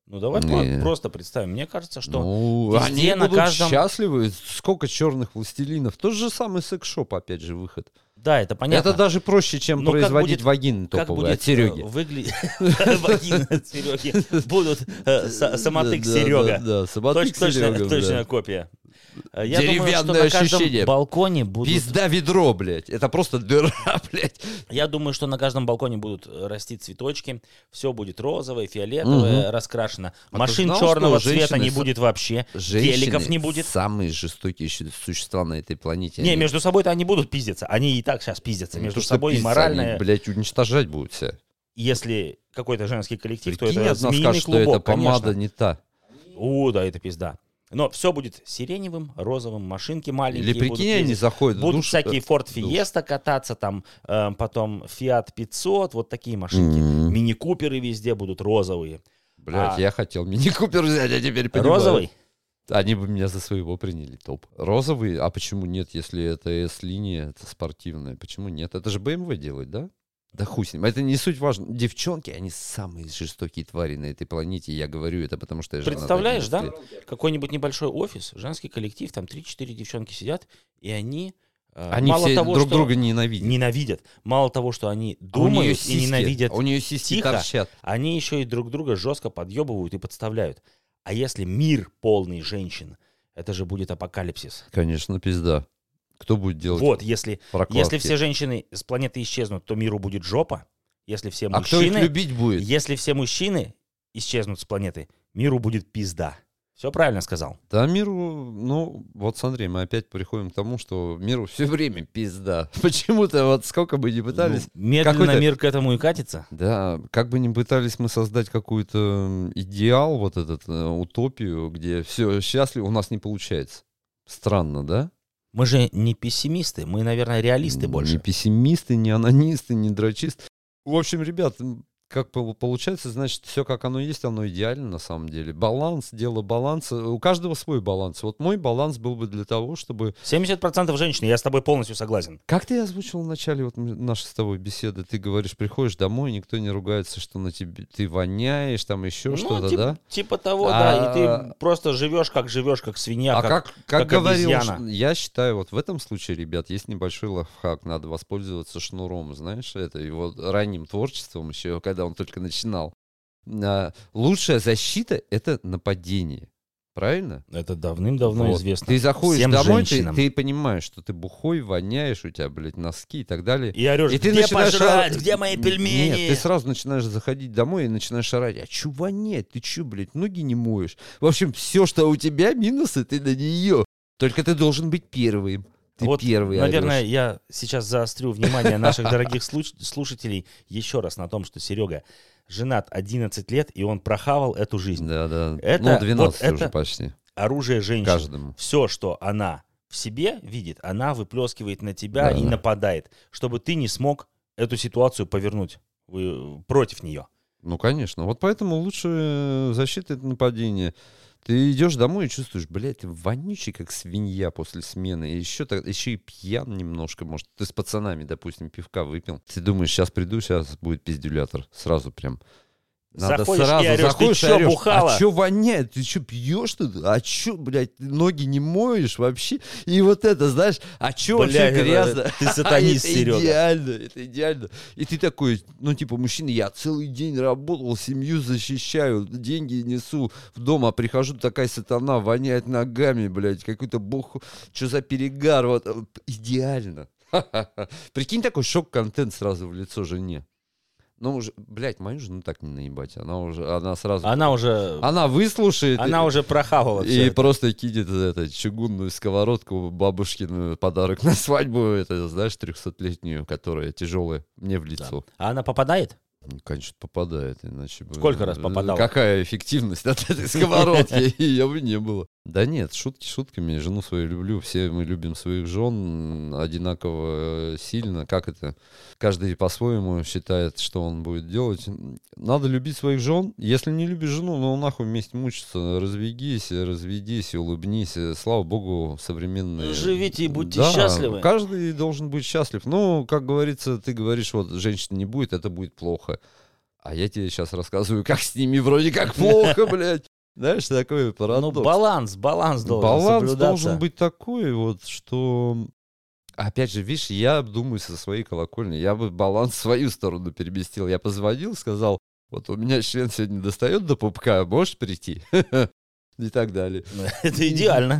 Speaker 2: Ну давай
Speaker 1: Не.
Speaker 2: про- просто представим. Мне кажется, что
Speaker 1: Ну,
Speaker 2: везде
Speaker 1: они
Speaker 2: на
Speaker 1: будут
Speaker 2: каждом-
Speaker 1: счастливы. Сколько черных властелинов. Тот же самый секс-шоп, опять же, выход.
Speaker 2: да, это понятно.
Speaker 1: Это даже проще, чем
Speaker 2: Но как
Speaker 1: производить
Speaker 2: будет-
Speaker 1: вагины
Speaker 2: как
Speaker 1: топовые
Speaker 2: будет
Speaker 1: от Сереги.
Speaker 2: выглядеть (laughs) вагина
Speaker 1: (laughs)
Speaker 2: от Сереги? Будут э, са- самотык
Speaker 1: Да, Да,
Speaker 2: Серега.
Speaker 1: да, самотык
Speaker 2: Точ- точно-
Speaker 1: Серега,
Speaker 2: Точная
Speaker 1: бля.
Speaker 2: копия. Э, Я думаю, что
Speaker 1: Деревянное
Speaker 2: на каждом
Speaker 1: ощущение.
Speaker 2: балконе будут
Speaker 1: Пизда ведро, блядь. Это просто дыра, (laughs) блядь.
Speaker 2: Я думаю, что на каждом балконе будут э, расти цветочки, все будет розовое, фиолетовое,
Speaker 1: Мгм.
Speaker 2: раскрашено.
Speaker 1: А ты
Speaker 2: Машин
Speaker 1: знал,
Speaker 2: черного
Speaker 1: что
Speaker 2: цвета
Speaker 1: женщины
Speaker 2: не
Speaker 1: с-
Speaker 2: будет вообще, телеков не будет.
Speaker 1: самые жестокие щу- существа на этой планете.
Speaker 2: Не,
Speaker 1: Они-
Speaker 2: между собой-то они будут пиздиться. Они и так сейчас пиздятся
Speaker 1: они
Speaker 2: между
Speaker 1: то, что
Speaker 2: собой и
Speaker 1: пиздятся,
Speaker 2: морально.
Speaker 1: Они, блядь, уничтожать будут все.
Speaker 2: Если какой-то женский коллектив, то
Speaker 1: Прикинь,
Speaker 2: это
Speaker 1: одна
Speaker 2: змеиный
Speaker 1: скажет, что
Speaker 2: клубок,
Speaker 1: эта помада
Speaker 2: конечно.
Speaker 1: не та.
Speaker 2: О, да, это пизда. Но все будет сиреневым, розовым, машинки маленькие.
Speaker 1: Или
Speaker 2: будут
Speaker 1: прикинь,
Speaker 2: ездить.
Speaker 1: они заходят в
Speaker 2: Будут
Speaker 1: душ. э,
Speaker 2: всякие Ford
Speaker 1: душ.
Speaker 2: Fiesta кататься, там э, потом Fiat 500, вот такие машинки.
Speaker 1: М,
Speaker 2: Мини-куперы везде будут розовые.
Speaker 1: Блядь,
Speaker 2: А.
Speaker 1: я хотел (laughs) мини-купер взять, а теперь понимаю.
Speaker 2: Розовый?
Speaker 1: Они бы меня за своего приняли, топ. Розовый, а почему нет, если это С-линия, это спортивная? Почему нет? Это же BMW делает, да? Да хуй с ним. Это не суть важно. Девчонки, они самые жестокие твари на этой планете. Я говорю это, потому что я женат
Speaker 2: Представляешь, да?
Speaker 1: 11 лет.
Speaker 2: Какой-нибудь небольшой офис, женский коллектив, там 3-4 девчонки сидят, и они, э,
Speaker 1: Они
Speaker 2: мало
Speaker 1: все
Speaker 2: того,
Speaker 1: друг
Speaker 2: что
Speaker 1: друга ненавидят.
Speaker 2: ненавидят, мало того, что они
Speaker 1: А у неё
Speaker 2: думают и
Speaker 1: сиськи- А
Speaker 2: ненавидят,
Speaker 1: У нее сиськи
Speaker 2: тихо.
Speaker 1: торчат.
Speaker 2: они еще и друг друга жестко подъебывают и подставляют. А если мир полный женщин, это же будет апокалипсис.
Speaker 1: Конечно, пизда. Кто будет делать
Speaker 2: Вот, если,
Speaker 1: прокладки?
Speaker 2: если все женщины с планеты исчезнут, то миру будет жопа. Если все
Speaker 1: А кто их
Speaker 2: мужчины,
Speaker 1: любить будет?
Speaker 2: если все мужчины исчезнут с планеты, миру будет пизда. Все правильно сказал.
Speaker 1: Да миру, ну, вот смотри, мы опять приходим к тому, что миру все время пизда. (laughs) Почему-то вот сколько бы ни пытались,
Speaker 2: Ну, медленно
Speaker 1: какой-то-
Speaker 2: мир к этому и катится.
Speaker 1: Да, как бы ни пытались мы создать какую-то м, идеал, вот этот, э, утопию, где все счастливо, у нас не получается. Странно, да?
Speaker 2: Мы же не пессимисты, мы, наверное, реалисты
Speaker 1: М,
Speaker 2: больше.
Speaker 1: Не пессимисты, не анонисты, не дрочисты. В общем, ребят, м, как пол- получается, значит, все как оно есть, оно идеально на самом деле. Баланс, дело баланса. У каждого свой баланс. Вот мой баланс был бы для того, чтобы...
Speaker 2: 70% женщин, я с тобой полностью согласен.
Speaker 1: Как ты озвучил в начале вот м- нашей с тобой беседы? Ты говоришь, приходишь домой, никто не ругается, что на тебе ты воняешь, там еще
Speaker 2: Ну,
Speaker 1: что-то,
Speaker 2: типа,
Speaker 1: да?
Speaker 2: Типа того, да. И
Speaker 1: А-
Speaker 2: ты просто живешь, как живешь, как свинья.
Speaker 1: а как, как,
Speaker 2: как
Speaker 1: говорил,
Speaker 2: обезьяна.
Speaker 1: Ш- я считаю, вот в этом случае, ребят, есть небольшой лайфхак, надо воспользоваться шнуром, знаешь, это его ранним творчеством еще, когда он только начинал. А, лучшая защита — это нападение, правильно?
Speaker 2: Это давным-давно
Speaker 1: Вот.
Speaker 2: известно.
Speaker 1: Ты заходишь
Speaker 2: Всем
Speaker 1: домой, ты,
Speaker 2: женщинам.
Speaker 1: ты понимаешь, что ты бухой, воняешь, у тебя, блядь, носки и так далее.
Speaker 2: И орешь,
Speaker 1: И ты
Speaker 2: где
Speaker 1: начинаешь
Speaker 2: пожрать,
Speaker 1: орать.
Speaker 2: где мои пельмени?
Speaker 1: Нет, ты сразу начинаешь заходить домой и начинаешь орать. А чё вонять? Ты чё, блядь, ноги не моешь? В общем, все, что у тебя, минусы, ты на нее. Только ты должен быть первым. Ты
Speaker 2: Вот,
Speaker 1: первый а
Speaker 2: Наверное,
Speaker 1: орёшь.
Speaker 2: я сейчас заострю внимание наших дорогих слуш- слушателей еще раз на том, что Серега женат 11 лет, и он прохавал эту жизнь.
Speaker 1: Да, да.
Speaker 2: Это-
Speaker 1: ну, 12
Speaker 2: вот
Speaker 1: уже
Speaker 2: это
Speaker 1: почти.
Speaker 2: Оружие женщин.
Speaker 1: Каждому.
Speaker 2: все, что она в себе видит, она выплескивает на тебя
Speaker 1: Да,
Speaker 2: и
Speaker 1: да.
Speaker 2: нападает, чтобы ты не смог эту ситуацию повернуть э, против нее.
Speaker 1: Ну, конечно. Вот поэтому лучшая защита — это нападение. Ты идешь домой и чувствуешь, блядь, ты вонючий, как свинья после смены. И еще, так, еще и пьян немножко, может. Ты с пацанами, допустим, пивка выпил. Ты думаешь, сейчас приду, сейчас будет пиздюлятор. Сразу прям. Надо
Speaker 2: Заходишь и
Speaker 1: сразу,
Speaker 2: орешь, «Ты
Speaker 1: заходишь и
Speaker 2: чё,
Speaker 1: орешь,
Speaker 2: бухала?»
Speaker 1: А чё воняет? Ты чё пьешь тут? А чё, блядь, ты ноги не моешь вообще? И вот это, знаешь, а чё
Speaker 2: Бля,
Speaker 1: вообще
Speaker 2: это-
Speaker 1: грязно?
Speaker 2: Ты
Speaker 1: (laughs)
Speaker 2: сатанист,
Speaker 1: А это
Speaker 2: Серега.
Speaker 1: идеально, это идеально. И ты такой, ну, типа, мужчина, я целый день работал, семью защищаю, деньги несу в дом, а прихожу, такая сатана, воняет ногами, блядь, какой-то бог, что за перегар, вот, э, (laughs) идеально. Прикинь, такой шок-контент сразу в лицо жене. Ну, уже, блядь, мою жену так не наебать. Она уже, она сразу...
Speaker 2: Она уже,
Speaker 1: Она выслушает.
Speaker 2: А, она уже прохавала
Speaker 1: И
Speaker 2: всё это.
Speaker 1: просто кинет это, чугунную сковородку, бабушкину подарок на свадьбу, это, знаешь, 300-летнюю, которая тяжелая, мне в лицо.
Speaker 2: А она попадает?
Speaker 1: Ну, Конечно, попадает, иначе бы...
Speaker 2: Сколько раз попадала?
Speaker 1: Какая эффективность от
Speaker 2: (laughs)
Speaker 1: этой сковородки, (laughs) ее бы не было. Да нет, шутки шутками, жену свою люблю, все мы любим своих жен одинаково э, сильно, как это, каждый по-своему считает, что он будет делать. Надо любить своих жен, если не любишь жену, ну нахуй вместе мучиться, разведись, разведись, улыбнись, слава богу, современные...
Speaker 2: Живите и будьте
Speaker 1: Да,
Speaker 2: счастливы.
Speaker 1: каждый должен быть счастлив. Ну, как говорится, ты говоришь, вот женщины не будет, это будет плохо. А я тебе сейчас рассказываю, как с ними вроде как
Speaker 2: (laughs)
Speaker 1: плохо, блядь. Знаешь, такой
Speaker 2: Ну,
Speaker 1: парадокс. Ну,
Speaker 2: баланс, Ну, баланс должен
Speaker 1: Баланс
Speaker 2: соблюдаться.
Speaker 1: должен быть такой, вот, что... Опять же, видишь, я думаю со своей колокольни, я бы баланс в свою сторону переместил. Я позвонил, сказал, вот у меня член сегодня достает до пупка, можешь прийти? (laughs) И так далее.
Speaker 2: (laughs) Это идеально.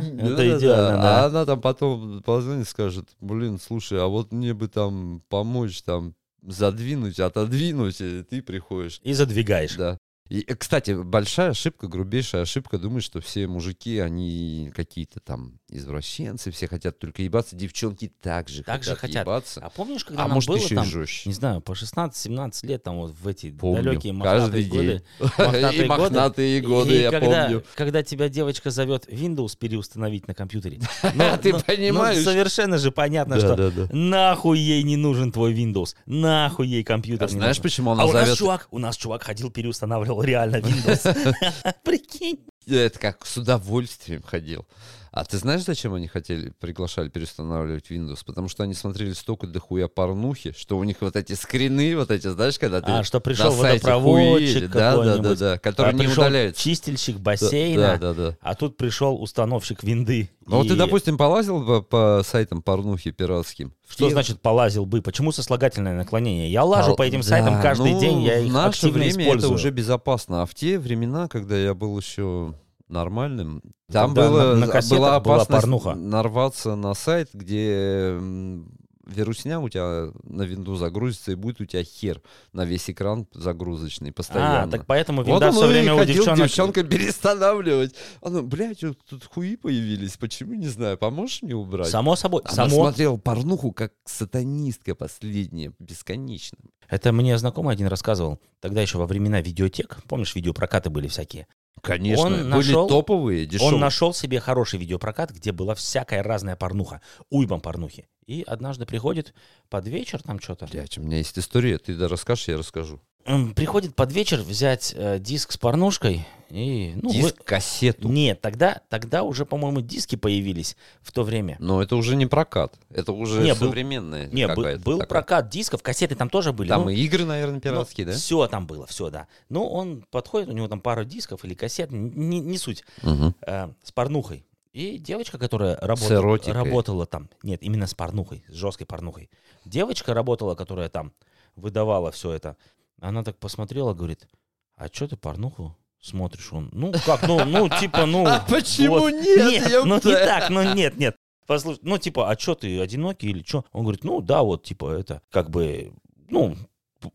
Speaker 1: (laughs) Да-да-да.
Speaker 2: Это идеально,
Speaker 1: А
Speaker 2: да.
Speaker 1: она там потом позвонит, скажет, блин, слушай, а вот мне бы там помочь, там, задвинуть, отодвинуть, и ты приходишь.
Speaker 2: И задвигаешь.
Speaker 1: Да. И, э, кстати, большая ошибка, грубейшая ошибка, думать, что все мужики, они какие-то там извращенцы, все хотят только ебаться, девчонки также
Speaker 2: Так же хотят.
Speaker 1: ебаться.
Speaker 2: А помнишь, когда
Speaker 1: А,
Speaker 2: нам
Speaker 1: может,
Speaker 2: было
Speaker 1: еще
Speaker 2: там,
Speaker 1: и жестче.
Speaker 2: не знаю, по 16-17 лет, там вот в эти
Speaker 1: Помню.
Speaker 2: далекие мохнатые
Speaker 1: Каждый
Speaker 2: годы.
Speaker 1: (laughs) день. И
Speaker 2: (laughs) мохнатые годы.
Speaker 1: мохнатые годы,
Speaker 2: и
Speaker 1: я
Speaker 2: когда, (laughs)
Speaker 1: помню.
Speaker 2: когда тебя девочка зовет Windows переустановить
Speaker 1: (laughs)
Speaker 2: на компьютере.
Speaker 1: А ты
Speaker 2: ну,
Speaker 1: понимаешь?
Speaker 2: ну, совершенно же понятно,
Speaker 1: Да,
Speaker 2: что
Speaker 1: да, да.
Speaker 2: нахуй ей не нужен твой Windows. Нахуй ей компьютер
Speaker 1: А
Speaker 2: не
Speaker 1: знаешь,
Speaker 2: нужен.
Speaker 1: почему
Speaker 2: а
Speaker 1: она
Speaker 2: у нас
Speaker 1: зовет?
Speaker 2: чувак, у нас чувак ходил, переустанавливал
Speaker 1: (laughs)
Speaker 2: реально Windows. Прикинь.
Speaker 1: Я это как с удовольствием ходил. А ты знаешь, зачем они хотели, приглашали переустанавливать Windows? Потому что они смотрели столько дохуя порнухи, что у них вот эти скрины, вот эти, знаешь, когда ты
Speaker 2: А, что пришел
Speaker 1: на сайте
Speaker 2: водопроводчик
Speaker 1: хуели, да, да, да,
Speaker 2: какой-нибудь.
Speaker 1: да, который
Speaker 2: а
Speaker 1: не
Speaker 2: пришел
Speaker 1: удаляется.
Speaker 2: чистильщик
Speaker 1: Да, Да,
Speaker 2: бассейна.
Speaker 1: да, да.
Speaker 2: А тут пришел установщик винды.
Speaker 1: Ну вот
Speaker 2: И
Speaker 1: ты, допустим, полазил по, по сайтам порнухи пиратским.
Speaker 2: Что
Speaker 1: И-
Speaker 2: значит полазил бы? Почему сослагательное наклонение? Я лажу
Speaker 1: Пол-
Speaker 2: по этим
Speaker 1: А, Да,
Speaker 2: сайтам каждый
Speaker 1: ну,
Speaker 2: день, я
Speaker 1: в
Speaker 2: их
Speaker 1: наше
Speaker 2: активно
Speaker 1: время
Speaker 2: использую.
Speaker 1: это уже безопасно. А в те времена, когда я был еще нормальным, там
Speaker 2: Когда
Speaker 1: было,
Speaker 2: на- на кассетах была
Speaker 1: была опасность
Speaker 2: порнуха.
Speaker 1: нарваться на сайт, где м, вирусня у тебя на винду загрузится, и будет у тебя хер на весь экран загрузочный постоянно.
Speaker 2: А, так поэтому
Speaker 1: Вот
Speaker 2: винда
Speaker 1: он
Speaker 2: все
Speaker 1: и
Speaker 2: время у
Speaker 1: ходил
Speaker 2: девчонок...
Speaker 1: девчонка перестанавливать. Она, блядь, вот тут хуи появились, почему, не знаю, поможешь мне убрать?
Speaker 2: Само собой,
Speaker 1: Она
Speaker 2: само.
Speaker 1: смотрела порнуху как сатанистка последняя, бесконечно.
Speaker 2: Это мне знакомый один рассказывал. Тогда еще во времена видеотек, помнишь, видеопрокаты были всякие.
Speaker 1: Конечно,
Speaker 2: Он
Speaker 1: были
Speaker 2: нашел-
Speaker 1: топовые, дешевые.
Speaker 2: Он нашел себе хороший видеопрокат, где была всякая разная порнуха, уйбом порнухи. И однажды приходит под вечер там что-то.
Speaker 1: Блядь, у меня есть история, ты да расскажешь, я расскажу.
Speaker 2: М, Приходит под вечер взять э, диск с порнушкой и... Ну, вы-
Speaker 1: Диск, кассету.
Speaker 2: Нет, тогда, тогда уже, по-моему, диски появились в то время.
Speaker 1: Но это уже не прокат, это уже
Speaker 2: Не, был-
Speaker 1: современная
Speaker 2: Не, бы-
Speaker 1: какая-то
Speaker 2: был
Speaker 1: такая.
Speaker 2: прокат ну, дисков, кассеты там тоже были.
Speaker 1: Там и игры, наверное, пиратские, да?
Speaker 2: Все там было, все, да. Ну, он подходит, у него там пара дисков или кассет, н- не, не суть,
Speaker 1: Мгм.
Speaker 2: э, с порнухой. И девочка, которая работа-
Speaker 1: эротикой.
Speaker 2: работала там, нет, именно с порнухой, с жесткой порнухой. Девочка работала, которая там выдавала все это. Она так посмотрела, говорит, а что ты порнуху смотришь? Он, ну как, ну, ну, типа,
Speaker 1: (laughs)
Speaker 2: ну...
Speaker 1: А почему
Speaker 2: вот».
Speaker 1: нет, ёпта?
Speaker 2: ну не так, ну нет, нет. Послушай, ну типа, а что ты одинокий или что? Он говорит, ну да, вот типа это как бы, ну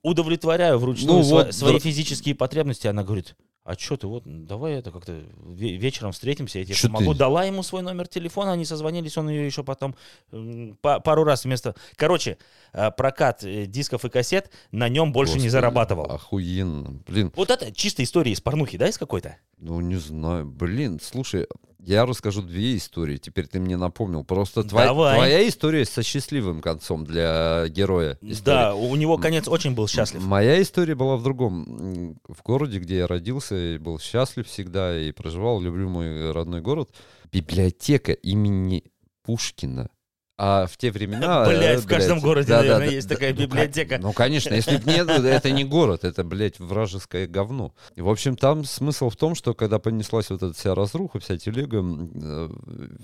Speaker 2: удовлетворяю вручную
Speaker 1: Ну
Speaker 2: сво-
Speaker 1: вот,
Speaker 2: свои
Speaker 1: да.
Speaker 2: физические потребности. Она говорит, а что ты вот, давай это как-то ве- вечером встретимся, я тебе
Speaker 1: Чё
Speaker 2: помогу.
Speaker 1: ты?
Speaker 2: Дала ему свой номер телефона, они созвонились, он ее еще потом м, па- пару раз вместо... Короче, э, прокат э, дисков и кассет на нем больше не
Speaker 1: Господи,
Speaker 2: зарабатывал.
Speaker 1: Охуенно, блин.
Speaker 2: Вот это чисто история из порнухи, да, из какой-то?
Speaker 1: Ну, не знаю. Блин, слушай, я расскажу две истории. Теперь ты мне напомнил. Просто твоя-
Speaker 2: Давай.
Speaker 1: твоя история со счастливым концом для героя. истории.
Speaker 2: Да, у него конец очень был счастлив.
Speaker 1: Моя история была в другом. М, В городе, где я родился, и был счастлив всегда и проживал, люблю мой родной город. Библиотека имени Пушкина. А в те времена...
Speaker 2: (laughs) Блядь,
Speaker 1: э,
Speaker 2: в каждом городе, наверное, есть такая
Speaker 1: ну, кон-
Speaker 2: библиотека.
Speaker 1: Ну, конечно, если
Speaker 2: (laughs)
Speaker 1: бы нет, это не город, это, блядь, вражеское говно. И, в общем, там смысл в том, что когда понеслась вот эта вся разруха, вся телега, м, э,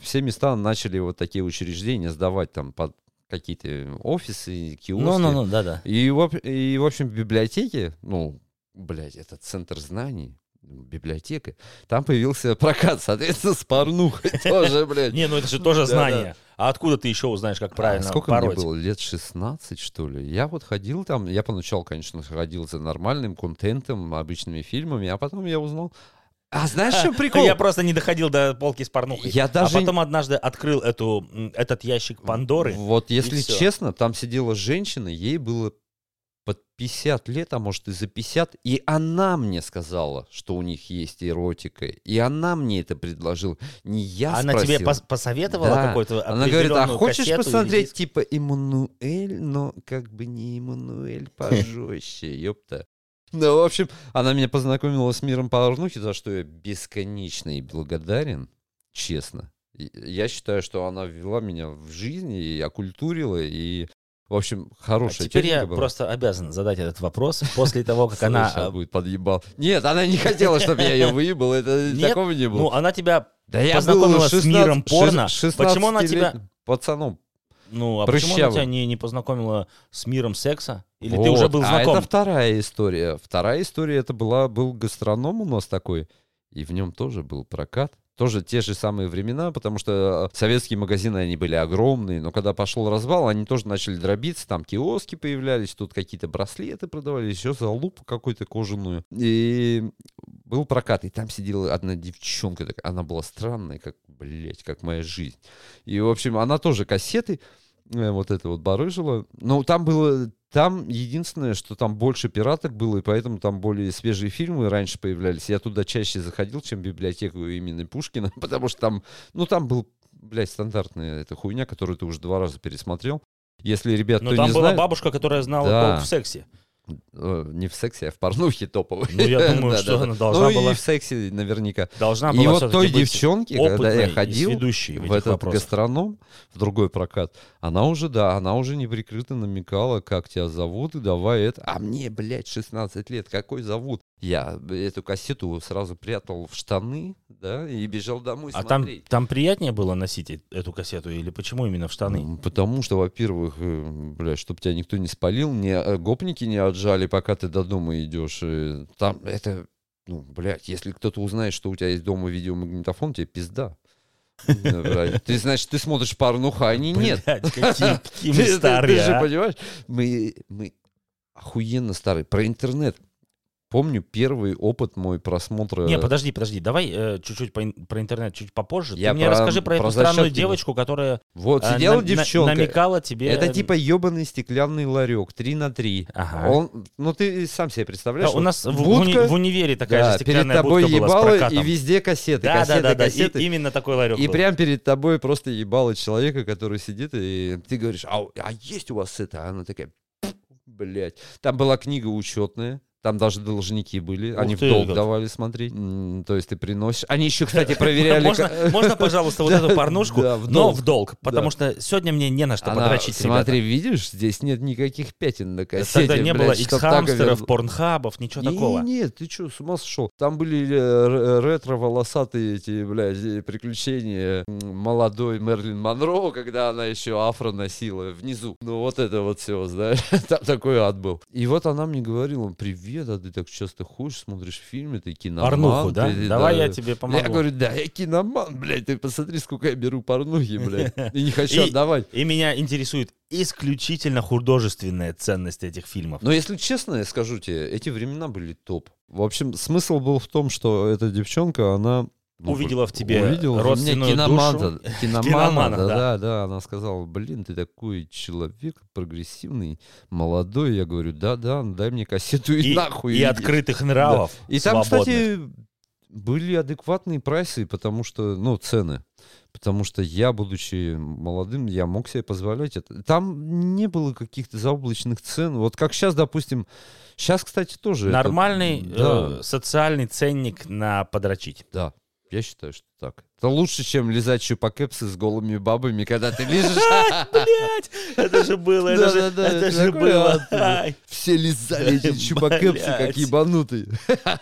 Speaker 1: все места начали вот такие учреждения сдавать там под какие-то офисы, киоски.
Speaker 2: Ну-ну-ну, да-да.
Speaker 1: И, в об- и, в общем, в библиотеке, ну, блядь, это центр знаний, (laughs)
Speaker 2: (laughs)
Speaker 1: библиотека, там появился прокат, соответственно, с порнухой тоже, блядь.
Speaker 2: Не, ну это же тоже
Speaker 1: Да-да.
Speaker 2: знание. А откуда ты еще узнаешь, как правильно
Speaker 1: А сколько
Speaker 2: пороть?
Speaker 1: мне
Speaker 2: (laughs)
Speaker 1: было? Лет 16, что ли? Я вот ходил там, я поначалу, конечно, ходил за нормальным контентом, обычными фильмами, а потом я узнал... А знаешь, что прикол?
Speaker 2: (laughs) Ну, Я просто не доходил до полки с порнухой.
Speaker 1: Я даже
Speaker 2: А потом однажды открыл эту, м, этот ящик Пандоры.
Speaker 1: Вот, если
Speaker 2: всё.
Speaker 1: честно, там сидела женщина, ей было под 50 лет, а может и за 50, и она мне сказала, что у них есть эротика, и она мне это предложила, не я
Speaker 2: Она
Speaker 1: спросил.
Speaker 2: тебе пос- посоветовала
Speaker 1: Да.
Speaker 2: какой-то
Speaker 1: Она говорит, а
Speaker 2: определенную
Speaker 1: хочешь
Speaker 2: кассету или
Speaker 1: посмотреть,
Speaker 2: диск?» А
Speaker 1: типа, Эммануэль, но как бы не
Speaker 2: (laughs)
Speaker 1: Эммануэль пожестче, ёпта. Ну, в общем, она меня познакомила с миром порнухи, за что я бесконечно ей благодарен, честно. И Я считаю, что она ввела меня в жизнь и окультурила, и, в общем,
Speaker 2: А
Speaker 1: хорошая
Speaker 2: Теперь
Speaker 1: техника
Speaker 2: я
Speaker 1: была.
Speaker 2: просто обязан задать этот вопрос после того, как она...
Speaker 1: Слышал,
Speaker 2: э,
Speaker 1: будет подъебал. Нет, она не хотела, чтобы я ее выебал, это
Speaker 2: Нет,
Speaker 1: такого не было.
Speaker 2: Ну, она тебя...
Speaker 1: да я был
Speaker 2: познакомила с миром
Speaker 1: 16
Speaker 2: порно. Почему она тебя-
Speaker 1: 16-летним Пацаном
Speaker 2: Ну, а почему она
Speaker 1: Прыщавый.
Speaker 2: тебя не, не познакомила с миром секса? Или ты
Speaker 1: Вот.
Speaker 2: уже был знаком?
Speaker 1: А это вторая история. Вторая история, это была, был гастроном у нас такой, и в нем тоже был прокат. Тоже те же самые времена, потому что э, советские магазины, они были огромные, но когда пошел развал, они тоже начали дробиться, там киоски появлялись, тут какие-то браслеты продавали, еще залупу какую-то кожаную. И был прокат, и там сидела одна девчонка, так- она была странная, как, блядь, как моя жизнь. И, в общем, она тоже кассеты э, вот это вот барыжило. Но там было... Там единственное, что там больше пираток было, и поэтому там более свежие фильмы раньше появлялись. Я туда чаще заходил, чем в библиотеку имени Пушкина, (laughs) потому что там, ну там был, блядь, стандартная эта хуйня, которую ты уже два раза пересмотрел. Если, ребят,
Speaker 2: Ну,
Speaker 1: кто
Speaker 2: там
Speaker 1: не
Speaker 2: была
Speaker 1: знает,
Speaker 2: бабушка, которая знала
Speaker 1: Да.
Speaker 2: толк в сексе.
Speaker 1: э, не в сексе, а в порнухе топовой.
Speaker 2: Ну,
Speaker 1: (laughs)
Speaker 2: я думаю, что
Speaker 1: Да-да-да.
Speaker 2: она должна
Speaker 1: Ну,
Speaker 2: была-
Speaker 1: и в сексе наверняка.
Speaker 2: Должна была
Speaker 1: И вот
Speaker 2: всё-таки
Speaker 1: той
Speaker 2: быть
Speaker 1: девчонке, когда
Speaker 2: опытной
Speaker 1: я
Speaker 2: и
Speaker 1: ходил,
Speaker 2: сведущей в
Speaker 1: в,
Speaker 2: этих
Speaker 1: этот
Speaker 2: вопросах.
Speaker 1: гастроном, в другой прокат, она уже, да, она уже неприкрыто намекала, как тебя зовут, и давай это. А мне, блядь, 16 лет, какой зовут? Я эту кассету сразу прятал в штаны, да, и бежал домой
Speaker 2: А там,
Speaker 1: смотреть.
Speaker 2: там приятнее было носить э- эту кассету? Или почему именно в штаны?
Speaker 1: М, Потому что, во-первых, э, блядь, чтобы тебя никто не спалил, не, э, гопники не отжали, пока ты до дома идешь. э, Там это, ну, блядь, если кто-то узнает, что у тебя есть дома видеомагнитофон, тебе
Speaker 2: (laughs)
Speaker 1: пизда. Ну, блядь, Ты, значит, ты смотришь порнуху, а они нет.
Speaker 2: (laughs) Блядь, какие, какие
Speaker 1: (laughs)
Speaker 2: мы
Speaker 1: Ты- ты-
Speaker 2: старые,
Speaker 1: Ты же
Speaker 2: а.
Speaker 1: понимаешь, мы, мы охуенно старые. Про интернет. Помню первый опыт мой просмотра.
Speaker 2: Не, подожди, подожди, давай э, чуть-чуть по ин- про интернет чуть попозже.
Speaker 1: Я
Speaker 2: Ты мне
Speaker 1: про-
Speaker 2: расскажи про,
Speaker 1: про
Speaker 2: эту
Speaker 1: защётки
Speaker 2: странную
Speaker 1: был.
Speaker 2: девочку, которая
Speaker 1: Вот,
Speaker 2: э,
Speaker 1: сидела
Speaker 2: на- на-
Speaker 1: девчонка.
Speaker 2: намекала тебе...
Speaker 1: Это
Speaker 2: э,
Speaker 1: типа ебаный стеклянный ларек 3 на 3.
Speaker 2: Ага.
Speaker 1: Он, ну ты сам себе
Speaker 2: Да,
Speaker 1: представляешь?
Speaker 2: А? у
Speaker 1: вот
Speaker 2: нас в, в
Speaker 1: будка,
Speaker 2: уни- в универе такая
Speaker 1: да,
Speaker 2: же
Speaker 1: перед
Speaker 2: стеклянная
Speaker 1: тобой
Speaker 2: будка была с
Speaker 1: ебало и
Speaker 2: прокатом.
Speaker 1: везде кассеты,
Speaker 2: Да, да,
Speaker 1: кассеты,
Speaker 2: да, да, и-
Speaker 1: кассеты.
Speaker 2: именно такой ларек
Speaker 1: И
Speaker 2: был.
Speaker 1: прям перед тобой просто ебало человека, который сидит, и ты говоришь, а, у- а есть у вас это? А она такая, блядь. Там была книга учетная, там даже должники были,
Speaker 2: Ух
Speaker 1: они в
Speaker 2: ты,
Speaker 1: долг
Speaker 2: как.
Speaker 1: давали смотреть. М, то есть ты приносишь. Они еще,
Speaker 2: (laughs)
Speaker 1: кстати, проверяли...
Speaker 2: Можно,
Speaker 1: ка-
Speaker 2: можно, пожалуйста, вот
Speaker 1: (laughs) Да,
Speaker 2: эту порнушку,
Speaker 1: да, в
Speaker 2: но
Speaker 1: долг.
Speaker 2: в долг, потому
Speaker 1: Да.
Speaker 2: что сегодня мне не на что
Speaker 1: Она,
Speaker 2: подрочить, ребята.
Speaker 1: смотри, видишь, здесь нет никаких пятен на кассете.
Speaker 2: Тогда не
Speaker 1: блядь,
Speaker 2: было
Speaker 1: чтоб так
Speaker 2: икс-хамстеров,
Speaker 1: овернуть».
Speaker 2: порнхабов, ничего
Speaker 1: Не-
Speaker 2: такого.
Speaker 1: Не, ты что, с ума сошел? Там были э, р- ретро-волосатые эти, блядь, э, приключения м, молодой Мерлин Монро, когда она еще афро носила внизу. Ну вот это вот все, знаешь, (laughs) там такой ад был. И вот она мне говорила, привет, а ты так часто ходишь, смотришь фильмы, ты киноман.
Speaker 2: Порнуху, да?
Speaker 1: ты-
Speaker 2: Давай
Speaker 1: да».
Speaker 2: я тебе помогу.
Speaker 1: Я говорю, да, я киноман, блядь, ты посмотри, сколько я беру порнухи,
Speaker 2: (laughs)
Speaker 1: блядь, и не хочу
Speaker 2: И-
Speaker 1: отдавать.
Speaker 2: И меня интересует исключительно художественная ценность этих фильмов.
Speaker 1: Но ну, если честно, я скажу тебе, эти времена были топ. В общем, смысл был в том, что эта девчонка, она... ну,
Speaker 2: Увидела в тебе
Speaker 1: увидела во мне
Speaker 2: родственную
Speaker 1: киномана, (laughs)
Speaker 2: душу.
Speaker 1: Киномана,
Speaker 2: Киномана,
Speaker 1: да,
Speaker 2: да.
Speaker 1: да, да. Она сказала, блин, ты такой человек прогрессивный, молодой. Я говорю, да-да, ну дай мне кассету и,
Speaker 2: И,
Speaker 1: нахуй.
Speaker 2: и
Speaker 1: иди».
Speaker 2: открытых нравов.
Speaker 1: И там,
Speaker 2: свободных.
Speaker 1: кстати, были адекватные прайсы, потому что, ну, цены. Потому что я, будучи молодым, я мог себе позволять это. Там не было каких-то заоблачных цен. Вот как сейчас, допустим, сейчас, кстати, тоже. это-
Speaker 2: Нормальный
Speaker 1: да,
Speaker 2: э, социальный ценник на
Speaker 1: (laughs)
Speaker 2: подрочить.
Speaker 1: да. Я считаю, что так. Это лучше, чем лизать чупакепсы с голыми бабами, когда ты
Speaker 2: (laughs)
Speaker 1: лежишь.
Speaker 2: Блять, это же было, это же,
Speaker 1: Да-да-да,
Speaker 2: это же
Speaker 1: такой
Speaker 2: было.
Speaker 1: ад был. Все лизали эти чупакепсы, как
Speaker 2: Блядь.
Speaker 1: ебанутые.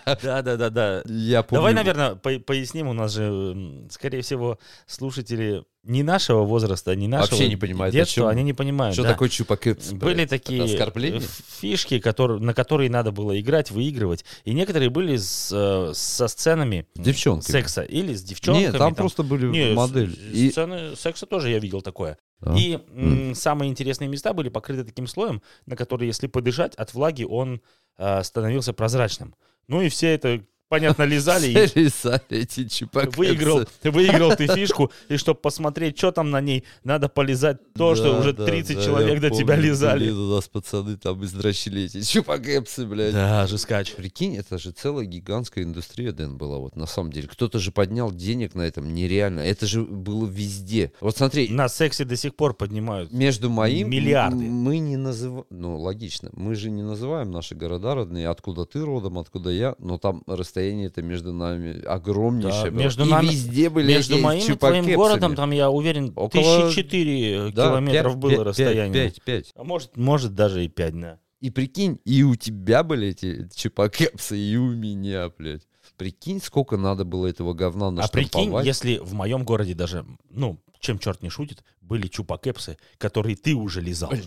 Speaker 2: Да, да, да, да.
Speaker 1: Я помню.
Speaker 2: Давай, наверное, по- поясним. У нас же, м, скорее всего, слушатели ни нашего возраста, ни нашего
Speaker 1: Вообще не понимают, о
Speaker 2: детства,
Speaker 1: чем-
Speaker 2: они не понимают.
Speaker 1: Что
Speaker 2: да.
Speaker 1: такое типа, чупакет?
Speaker 2: Были такие
Speaker 1: оскорбления?
Speaker 2: э, фишки, которые, на которые надо было играть, выигрывать. И некоторые были с, э, со сценами
Speaker 1: С девчонками.
Speaker 2: секса или с девчонками.
Speaker 1: Нет, там
Speaker 2: там.
Speaker 1: просто были
Speaker 2: Не, с-
Speaker 1: модели.
Speaker 2: с-
Speaker 1: И- А,
Speaker 2: Сцены секса тоже я видел такое.
Speaker 1: Да.
Speaker 2: И м, самые интересные места были покрыты таким слоем, на который, если подышать, от влаги он э, становился прозрачным. Ну и все это, понятно,
Speaker 1: (laughs)
Speaker 2: лизали. и
Speaker 1: Лизали эти чупакетцы.
Speaker 2: Выиграл, выиграл ты фишку, и чтобы посмотреть, что там на ней, надо полизать то, что
Speaker 1: Да,
Speaker 2: уже
Speaker 1: да,
Speaker 2: 30
Speaker 1: да,
Speaker 2: человек
Speaker 1: я
Speaker 2: до тебя
Speaker 1: помню,
Speaker 2: лизали.
Speaker 1: блин, У нас пацаны там издращили эти чупакепсы, блядь.
Speaker 2: Да, жескач.
Speaker 1: Прикинь, это же целая гигантская индустрия, Дэн, была вот на самом деле. Кто-то же поднял денег на этом нереально. Это же было везде. Вот смотри,
Speaker 2: На сексе до сих пор поднимают.
Speaker 1: между моим...
Speaker 2: Миллиарды.
Speaker 1: м- Мы не называем... Ну, логично. Мы же не называем наши города родные, откуда ты родом, откуда я, но там расстояние это между нами огромнейшее
Speaker 2: Да,
Speaker 1: было.
Speaker 2: между
Speaker 1: И
Speaker 2: нами-
Speaker 1: везде были
Speaker 2: Между
Speaker 1: эти с
Speaker 2: моим и твоим
Speaker 1: чупакепсами.
Speaker 2: городом, там, я уверен,
Speaker 1: Около-
Speaker 2: тысячи четыре э,
Speaker 1: Да,
Speaker 2: километров
Speaker 1: пять-
Speaker 2: было
Speaker 1: пять-
Speaker 2: расстояние.
Speaker 1: Пять, пять.
Speaker 2: А может, может даже и пять, да.
Speaker 1: И прикинь, и у тебя были эти чупакепсы, и у меня, блядь. Прикинь, сколько надо было этого говна
Speaker 2: а прикинь,
Speaker 1: наштамповать.
Speaker 2: если в моем городе даже, ну, чем черт не шутит, были чупакепсы, которые ты уже лизал. (laughs)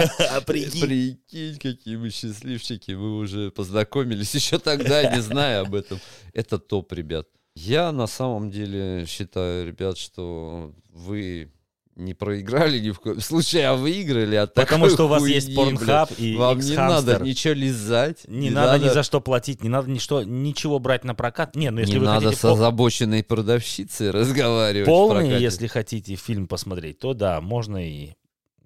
Speaker 2: А
Speaker 1: Бля. Прикинь, какие мы счастливчики, мы уже познакомились (laughs) еще тогда, не зная об этом. Это топ, ребят. Я на самом деле считаю, ребят, что вы не проиграли ни в коем случае, а выиграли от
Speaker 2: Потому
Speaker 1: такой
Speaker 2: что у вас есть
Speaker 1: хуйни, блядь.
Speaker 2: порнхаб и
Speaker 1: Вам не надо
Speaker 2: X-Hamster.
Speaker 1: ничего лизать.
Speaker 2: Не надо, ни за что платить, не надо ни что, ничего брать на прокат. Не, ну если
Speaker 1: не
Speaker 2: вы
Speaker 1: надо
Speaker 2: хотите
Speaker 1: с
Speaker 2: пол-
Speaker 1: озабоченной продавщицей разговаривать. в
Speaker 2: полный,
Speaker 1: прокате.
Speaker 2: если хотите фильм посмотреть, то да, можно и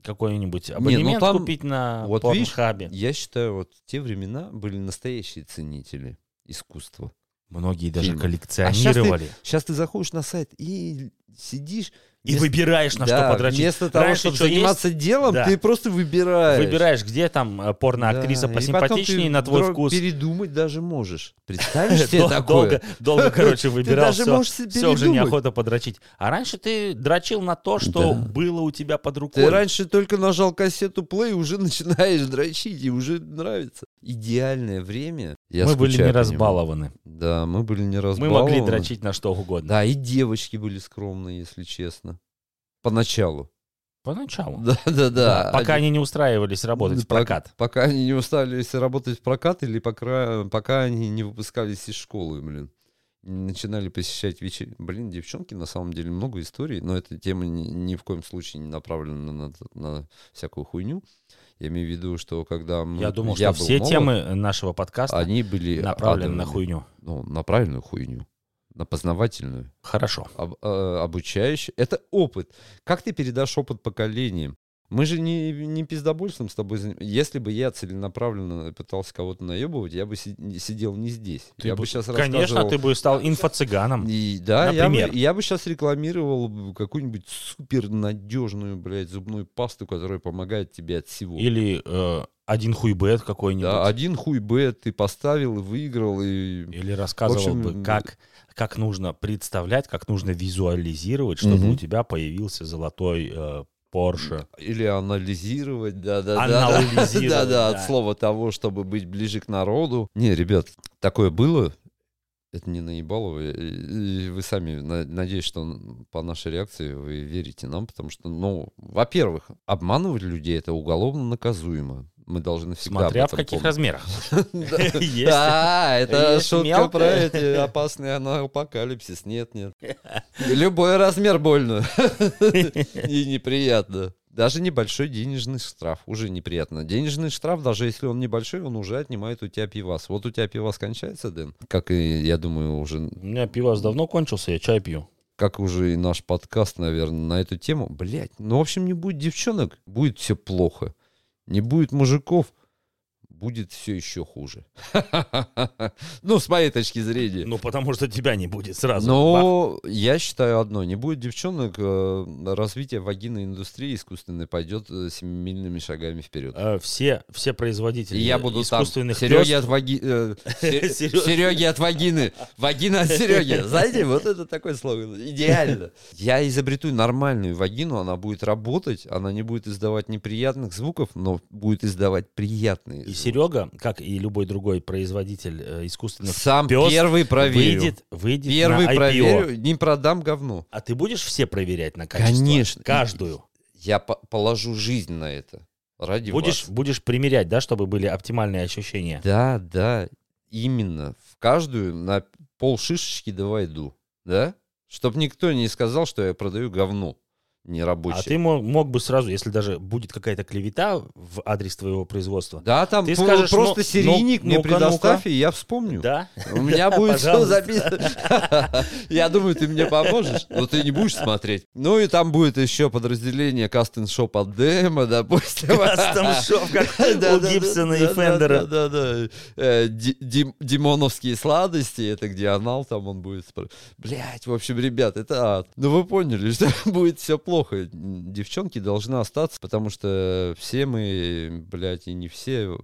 Speaker 2: какой-нибудь
Speaker 1: ну
Speaker 2: абонемент
Speaker 1: там-
Speaker 2: купить на
Speaker 1: вот видишь,
Speaker 2: порнхабе.
Speaker 1: Я считаю, вот в те времена были настоящие ценители искусства.
Speaker 2: Многие даже
Speaker 1: фильмы. А
Speaker 2: коллекционировали.
Speaker 1: Сейчас ты заходишь на сайт и сидишь.
Speaker 2: И
Speaker 1: вместо-
Speaker 2: выбираешь, на что
Speaker 1: Да,
Speaker 2: подрочить.
Speaker 1: Вместо того,
Speaker 2: Раньше
Speaker 1: чтобы
Speaker 2: что есть,
Speaker 1: заниматься делом,
Speaker 2: да.
Speaker 1: ты просто выбираешь.
Speaker 2: Выбираешь, где там э, порно-актриса
Speaker 1: Да, и потом
Speaker 2: посимпатичнее
Speaker 1: ты
Speaker 2: на твой
Speaker 1: вдруг
Speaker 2: вкус.
Speaker 1: Передумать даже можешь.
Speaker 2: (laughs)
Speaker 1: Представишь себе
Speaker 2: Дол-
Speaker 1: такое?
Speaker 2: Долго,
Speaker 1: (laughs)
Speaker 2: долго, короче, выбирал
Speaker 1: даже
Speaker 2: все,
Speaker 1: можешь себе
Speaker 2: уже
Speaker 1: передумать.
Speaker 2: неохота подрочить. А раньше ты дрочил на то,
Speaker 1: Да.
Speaker 2: что было у тебя под рукой.
Speaker 1: Ты раньше только нажал кассету плей, уже (laughs) начинаешь дрочить, и уже нравится. Идеальное время. Я
Speaker 2: Мы были
Speaker 1: скучаю
Speaker 2: не
Speaker 1: по нему.
Speaker 2: разбалованы.
Speaker 1: Да, мы были не
Speaker 2: Мы
Speaker 1: разбалованы.
Speaker 2: могли дрочить на что угодно.
Speaker 1: Да, и девочки были скромные, если честно. Поначалу.
Speaker 2: Поначалу.
Speaker 1: Да, Ну, да, да.
Speaker 2: Пока они не устраивались работать в
Speaker 1: Пок-
Speaker 2: прокат.
Speaker 1: Пока они не устали работать в прокат, или пока, пока они не выпускались из школы, блин. Не Начинали посещать вечер... Блин, девчонки, на самом деле, много историй, но эта тема ни, ни в коем случае не направлена на, на всякую хуйню. Я имею в виду, что когда мы...
Speaker 2: Я думал, что
Speaker 1: был
Speaker 2: все
Speaker 1: молод,
Speaker 2: темы нашего подкаста
Speaker 1: они были
Speaker 2: направлены на
Speaker 1: отданы,
Speaker 2: хуйню.
Speaker 1: Ну, на правильную хуйню, на познавательную
Speaker 2: Хорошо.
Speaker 1: об- э, обучающий. Это опыт. Как ты передашь опыт поколениям? Мы же не, не пиздобольством с тобой заним- Если бы я целенаправленно пытался кого-то наебывать, я бы си- не- сидел не здесь. я бы, сейчас
Speaker 2: Конечно,
Speaker 1: рассказывал...
Speaker 2: ты бы стал инфо-цыганом.
Speaker 1: И, да, я бы,
Speaker 2: Например.
Speaker 1: я бы сейчас рекламировал бы какую-нибудь супернадежную, блядь, зубную пасту, которая помогает тебе от всего.
Speaker 2: Или э, один хуйбет какой-нибудь.
Speaker 1: Да, один хуй Б ты поставил и выиграл, и
Speaker 2: Или рассказывал
Speaker 1: В общем,
Speaker 2: бы, как, как нужно представлять, как нужно визуализировать, чтобы
Speaker 1: Мгм.
Speaker 2: у тебя появился золотой э, Порше.
Speaker 1: Или анализировать, да, да, да, да,
Speaker 2: Анализировать,
Speaker 1: да, да, от
Speaker 2: да.
Speaker 1: слова того, чтобы быть ближе к народу. Не, ребят, такое было. Это не наебалово. И- и Вы сами, на- надеюсь, что н- по нашей реакции вы верите нам, потому что, ну, во-первых, обманывать людей это уголовно наказуемо. Мы должны всегда
Speaker 2: Смотря
Speaker 1: об
Speaker 2: в
Speaker 1: этом
Speaker 2: каких
Speaker 1: помнить. (laughs)
Speaker 2: размерах. (laughs)
Speaker 1: Да.
Speaker 2: Есть. (laughs)
Speaker 1: Да, это
Speaker 2: Есть
Speaker 1: шутка
Speaker 2: мелкая.
Speaker 1: про эти опасные ана- апокалипсис. Нет, нет. Любой размер больно. И неприятно. Даже небольшой денежный штраф уже неприятно. Денежный штраф, даже если он небольшой, он уже отнимает у тебя пивас. Вот у тебя пивас кончается, Дэн, как и, я думаю, уже,
Speaker 2: У меня пивас давно кончился, я чай пью.
Speaker 1: как уже и наш подкаст, наверное, на эту тему. Блять, ну, в общем, не будет девчонок, будет все плохо. Не будет мужиков, будет все еще хуже. (laughs) Ну, с моей точки зрения.
Speaker 2: Ну, потому что тебя не будет сразу.
Speaker 1: Но я считаю одно, не будет девчонок, э, развитие вагинной индустрии искусственной пойдет э, семимильными шагами вперед.
Speaker 2: Э, все, все производители
Speaker 1: И я буду там.
Speaker 2: искусственных
Speaker 1: Сереги
Speaker 2: пёст-
Speaker 1: от ваги...
Speaker 2: (laughs)
Speaker 1: э, Се-
Speaker 2: Серёж.
Speaker 1: Серёги от вагины. Вагина от Сереги. Знаете, вот это такой слоган. Идеально. Я изобрету нормальную вагину, она будет работать, она не будет издавать неприятных звуков, но будет издавать приятные
Speaker 2: И
Speaker 1: звуки.
Speaker 2: Серега, как и любой другой производитель э, искусственных
Speaker 1: Сам
Speaker 2: пёс
Speaker 1: первый проверю.
Speaker 2: выйдет, выйдет
Speaker 1: первый
Speaker 2: на IPO.
Speaker 1: проверю, не продам говно.
Speaker 2: А ты будешь все проверять на качество?
Speaker 1: Конечно.
Speaker 2: Каждую.
Speaker 1: Я по- положу жизнь на это. Ради
Speaker 2: Будешь,
Speaker 1: вас.
Speaker 2: будешь примерять, да, чтобы были оптимальные ощущения.
Speaker 1: Да, да, именно. В каждую на пол шишечки довойду, да? Чтоб никто не сказал, что я продаю говно нерабочее.
Speaker 2: А ты мо- мог, бы сразу, если даже будет какая-то клевета в адрес твоего производства.
Speaker 1: Да, там
Speaker 2: Ты
Speaker 1: пл-
Speaker 2: скажешь,
Speaker 1: просто
Speaker 2: ну-
Speaker 1: серийник
Speaker 2: ну-
Speaker 1: мне
Speaker 2: ну-ка,
Speaker 1: предоставь,
Speaker 2: ну-ка.
Speaker 1: и я вспомню. (laughs)
Speaker 2: Да?
Speaker 1: У меня
Speaker 2: Да,
Speaker 1: будет все
Speaker 2: пожалуйста.
Speaker 1: записано. (laughs) Я думаю, ты мне поможешь, но ты не будешь смотреть. Ну и там будет еще подразделение Custom Shop от Дема, допустим.
Speaker 2: (laughs) Кастом шов, как
Speaker 1: Да,
Speaker 2: у
Speaker 1: да,
Speaker 2: Гибсона
Speaker 1: да,
Speaker 2: и
Speaker 1: да,
Speaker 2: Фендера.
Speaker 1: Да, да, да. Э, Ди- Дим- Димоновские сладости, это где анал там он будет. спро- Блять, в общем, ребят, это ад. Ну вы поняли, (laughs) что будет все плохо. Девчонки должны остаться, потому что все мы, блядь, и не все,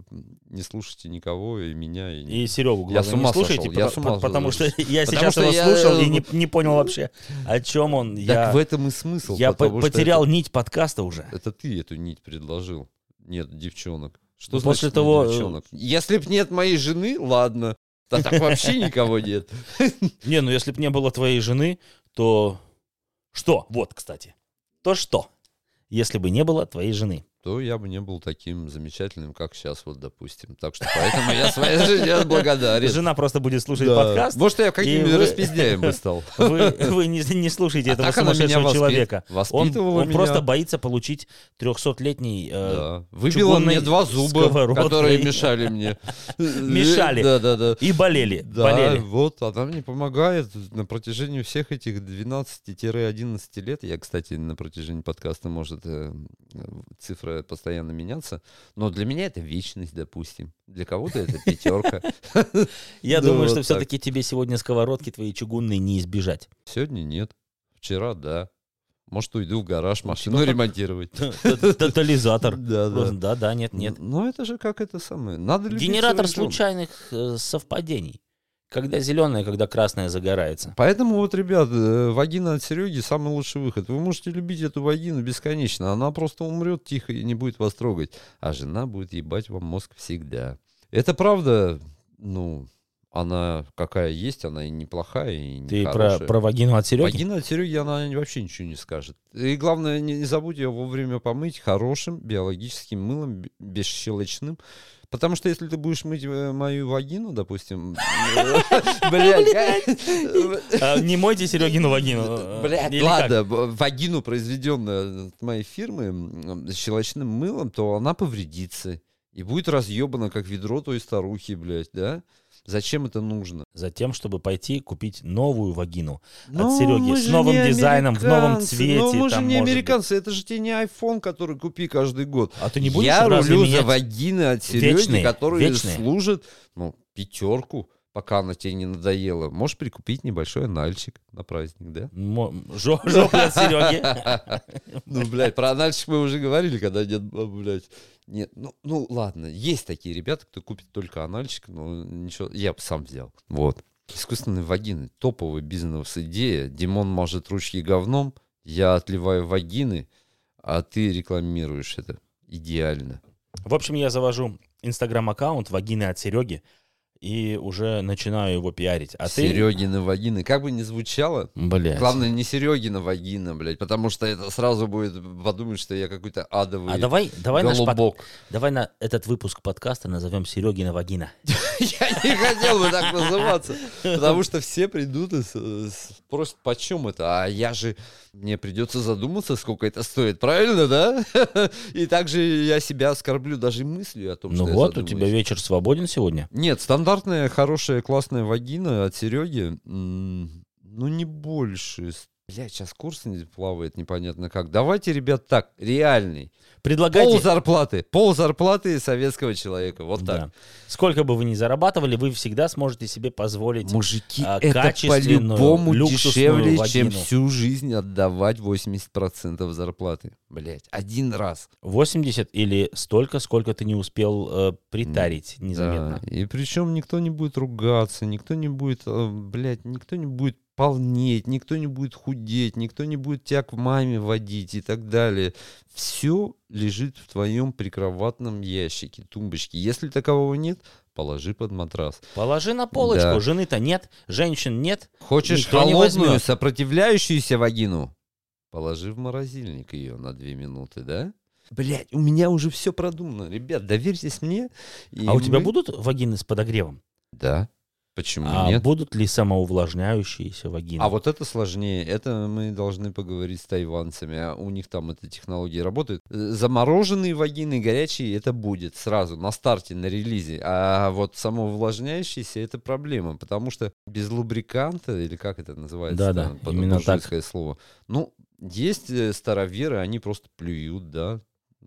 Speaker 1: не слушайте никого, и меня, и,
Speaker 2: И Серегу,
Speaker 1: Я
Speaker 2: главное,
Speaker 1: с ума
Speaker 2: не слушайте,
Speaker 1: сошел, я
Speaker 2: пота-
Speaker 1: с ума
Speaker 2: потому что
Speaker 1: сошел.
Speaker 2: я
Speaker 1: Потому
Speaker 2: сейчас
Speaker 1: что
Speaker 2: его
Speaker 1: я- э,
Speaker 2: слушал и не, не понял вообще, о чем он.
Speaker 1: Так
Speaker 2: Я,
Speaker 1: в этом и смысл.
Speaker 2: я по-
Speaker 1: потому что
Speaker 2: потерял нить подкаста уже.
Speaker 1: Это, это ты эту нить предложил. Нет девчонок. Что
Speaker 2: Ну, после
Speaker 1: значит нет
Speaker 2: того, э,
Speaker 1: девчонок? Если б нет моей жены, ладно. Да так вообще никого нет.
Speaker 2: Не, ну если бы не было твоей жены, то что? Вот, кстати. То что? Если бы не было твоей жены.
Speaker 1: то я бы не был таким замечательным, как сейчас, вот, допустим. Так что поэтому я своей жене благодарен.
Speaker 2: Жена просто будет слушать
Speaker 1: Да.
Speaker 2: подкаст.
Speaker 1: Может, я каким-нибудь
Speaker 2: вы-
Speaker 1: распиздяем
Speaker 2: (laughs)
Speaker 1: бы стал.
Speaker 2: Вы, вы не, не
Speaker 1: А
Speaker 2: слушаете этого
Speaker 1: так она меня
Speaker 2: сумасшедшего
Speaker 1: воспит-
Speaker 2: человека. Он,
Speaker 1: воспитывала
Speaker 2: он
Speaker 1: меня.
Speaker 2: просто боится получить 300-летний... э,
Speaker 1: Да. Выбила мне
Speaker 2: чугунной
Speaker 1: два зуба,
Speaker 2: сковородкой.
Speaker 1: которые мешали мне.
Speaker 2: Мешали.
Speaker 1: Да, да, да.
Speaker 2: И болели,
Speaker 1: Да,
Speaker 2: болели.
Speaker 1: вот, она мне помогает на протяжении всех этих 12-11 лет. Я, кстати, на протяжении подкаста может э, цифра постоянно меняться, но для меня это вечность, допустим. Для кого-то это пятерка.
Speaker 2: Я
Speaker 1: Да,
Speaker 2: думаю,
Speaker 1: вот
Speaker 2: что
Speaker 1: так.
Speaker 2: все-таки тебе сегодня сковородки твои чугунные не избежать.
Speaker 1: (laughs) Сегодня нет, вчера да. Может, уйду в гараж машину
Speaker 2: тебя там- (laughs)
Speaker 1: ремонтировать.
Speaker 2: Т- Тотализатор.
Speaker 1: Да,
Speaker 2: Просто
Speaker 1: да.
Speaker 2: Да, да, нет, нет.
Speaker 1: Но это же как это самое. Надо любить
Speaker 2: Генератор
Speaker 1: свою жену.
Speaker 2: случайных э, совпадений. Когда зеленая, когда красная загорается.
Speaker 1: Поэтому вот, ребят, э, вагина от Сереги самый лучший выход. Вы можете любить эту вагину бесконечно. Она просто умрет тихо и не будет вас трогать. А жена будет ебать вам мозг всегда. Это правда, ну, она какая есть, она и неплохая, и не
Speaker 2: Ты про, про вагину от Сереги?
Speaker 1: Вагина от Сереги, она вообще ничего не скажет. И главное, не, не забудь ее вовремя помыть хорошим биологическим мылом, б- бесщелочным. Потому что если ты будешь мыть э, мою вагину, допустим... (laughs) Блядь,
Speaker 2: А, не мойте Серегину вагину. Э,
Speaker 1: (laughs) Блядь,
Speaker 2: Или как?
Speaker 1: ладно, б- вагину, произведенную от моей фирмы м, с щелочным мылом, то она повредится. И будет разъебана, как ведро той старухи, блядь, да? Зачем это нужно?
Speaker 2: Затем, чтобы пойти купить новую вагину.
Speaker 1: Ну,
Speaker 2: Серёги,
Speaker 1: мы
Speaker 2: с
Speaker 1: же
Speaker 2: новым
Speaker 1: не
Speaker 2: дизайном, в новом
Speaker 1: американцы,
Speaker 2: цвете,
Speaker 1: Ну, мы же
Speaker 2: там,
Speaker 1: не
Speaker 2: может быть.
Speaker 1: американцы, это же тебе не iPhone, который купи каждый год.
Speaker 2: А ты не будешь
Speaker 1: Я
Speaker 2: разве
Speaker 1: рулю
Speaker 2: менять?
Speaker 1: за вагины от Сереги,
Speaker 2: Вечные,
Speaker 1: которые
Speaker 2: вечные.
Speaker 1: служат, ну, пятерку, пока она тебе не надоела. Можешь прикупить небольшой анальчик на праздник, да?
Speaker 2: Мо- жо- Жопа
Speaker 1: (laughs)
Speaker 2: от Сереги.
Speaker 1: Ну, блядь, про анальчик мы уже говорили, когда нет, а, блядь. Нет, ну, ну ладно, есть такие ребята, кто купит только анальчик, но ничего, я бы сам взял. Вот. Искусственные вагины, топовая бизнес-идея. Димон мажет ручки говном, я отливаю вагины, а ты рекламируешь это. Идеально.
Speaker 2: В общем, я завожу инстаграм-аккаунт вагины от Сереги и уже начинаю его пиарить. А ты...
Speaker 1: Серегина вагины. Как бы ни звучало,
Speaker 2: Блядь.
Speaker 1: главное, не Серегина вагина, блядь, потому что это сразу будет подумать, что я какой-то адовый
Speaker 2: А давай, давай, наш под-
Speaker 1: голубок.
Speaker 2: давай на этот выпуск подкаста назовем Серегина Вагина.
Speaker 1: Я не хотел бы так называться. Потому что все придут и с- с- спросят, почем это? А я же, мне придется задуматься, сколько это стоит, правильно, да? И также я себя оскорблю даже мыслью о том, что
Speaker 2: Ну
Speaker 1: я
Speaker 2: вот, у тебя
Speaker 1: задумаюсь.
Speaker 2: вечер свободен сегодня.
Speaker 1: Нет, стандартная, хорошая, классная вагина от Сереги. м, Ну, не больше. Бля, сейчас курс не плавает непонятно как. Давайте, ребят, так, реальный.
Speaker 2: Предлагайте...
Speaker 1: Пол зарплаты. Пол зарплаты советского человека. Вот так.
Speaker 2: Да. Сколько бы вы ни зарабатывали, вы всегда сможете себе позволить.
Speaker 1: Мужики,
Speaker 2: а,
Speaker 1: это
Speaker 2: качественную,
Speaker 1: по-любому
Speaker 2: люксусную
Speaker 1: дешевле, чем
Speaker 2: вагину.
Speaker 1: всю жизнь отдавать 80% зарплаты. Блять, один раз.
Speaker 2: 80 или столько, сколько ты не успел э, притарить (laughs) незаметно.
Speaker 1: Да, И причем э, никто не будет ругаться, никто не будет, блять, никто не будет полнеть, никто не будет худеть, никто не будет тебя к маме водить и так далее. Все лежит в твоем прикроватном ящике, тумбочке. Если такового нет, положи под матрас.
Speaker 2: Положи на полочку,
Speaker 1: Да.
Speaker 2: жены-то нет, женщин нет.
Speaker 1: Хочешь
Speaker 2: Никто не
Speaker 1: холодную,
Speaker 2: возьмет.
Speaker 1: сопротивляющуюся вагину? Положи в морозильник ее на две минуты, да? Блять, у меня уже все продумано. Ребят, доверьтесь мне. и
Speaker 2: а у тебя
Speaker 1: мы-
Speaker 2: будут вагины с подогревом?
Speaker 1: Да. Почему
Speaker 2: а
Speaker 1: нет?
Speaker 2: будут ли самоувлажняющиеся вагины?
Speaker 1: А вот это сложнее. Это мы должны поговорить с тайванцами. А у них там эта технология работает. Э, Замороженные вагины, горячие, это будет сразу, на старте, на релизе. А вот самоувлажняющиеся, это проблема. Потому что без лубриканта, или как это называется?
Speaker 2: Да-да,
Speaker 1: там, под-
Speaker 2: именно так.
Speaker 1: буржуйское слово. Ну, есть э, староверы, они просто плюют, да.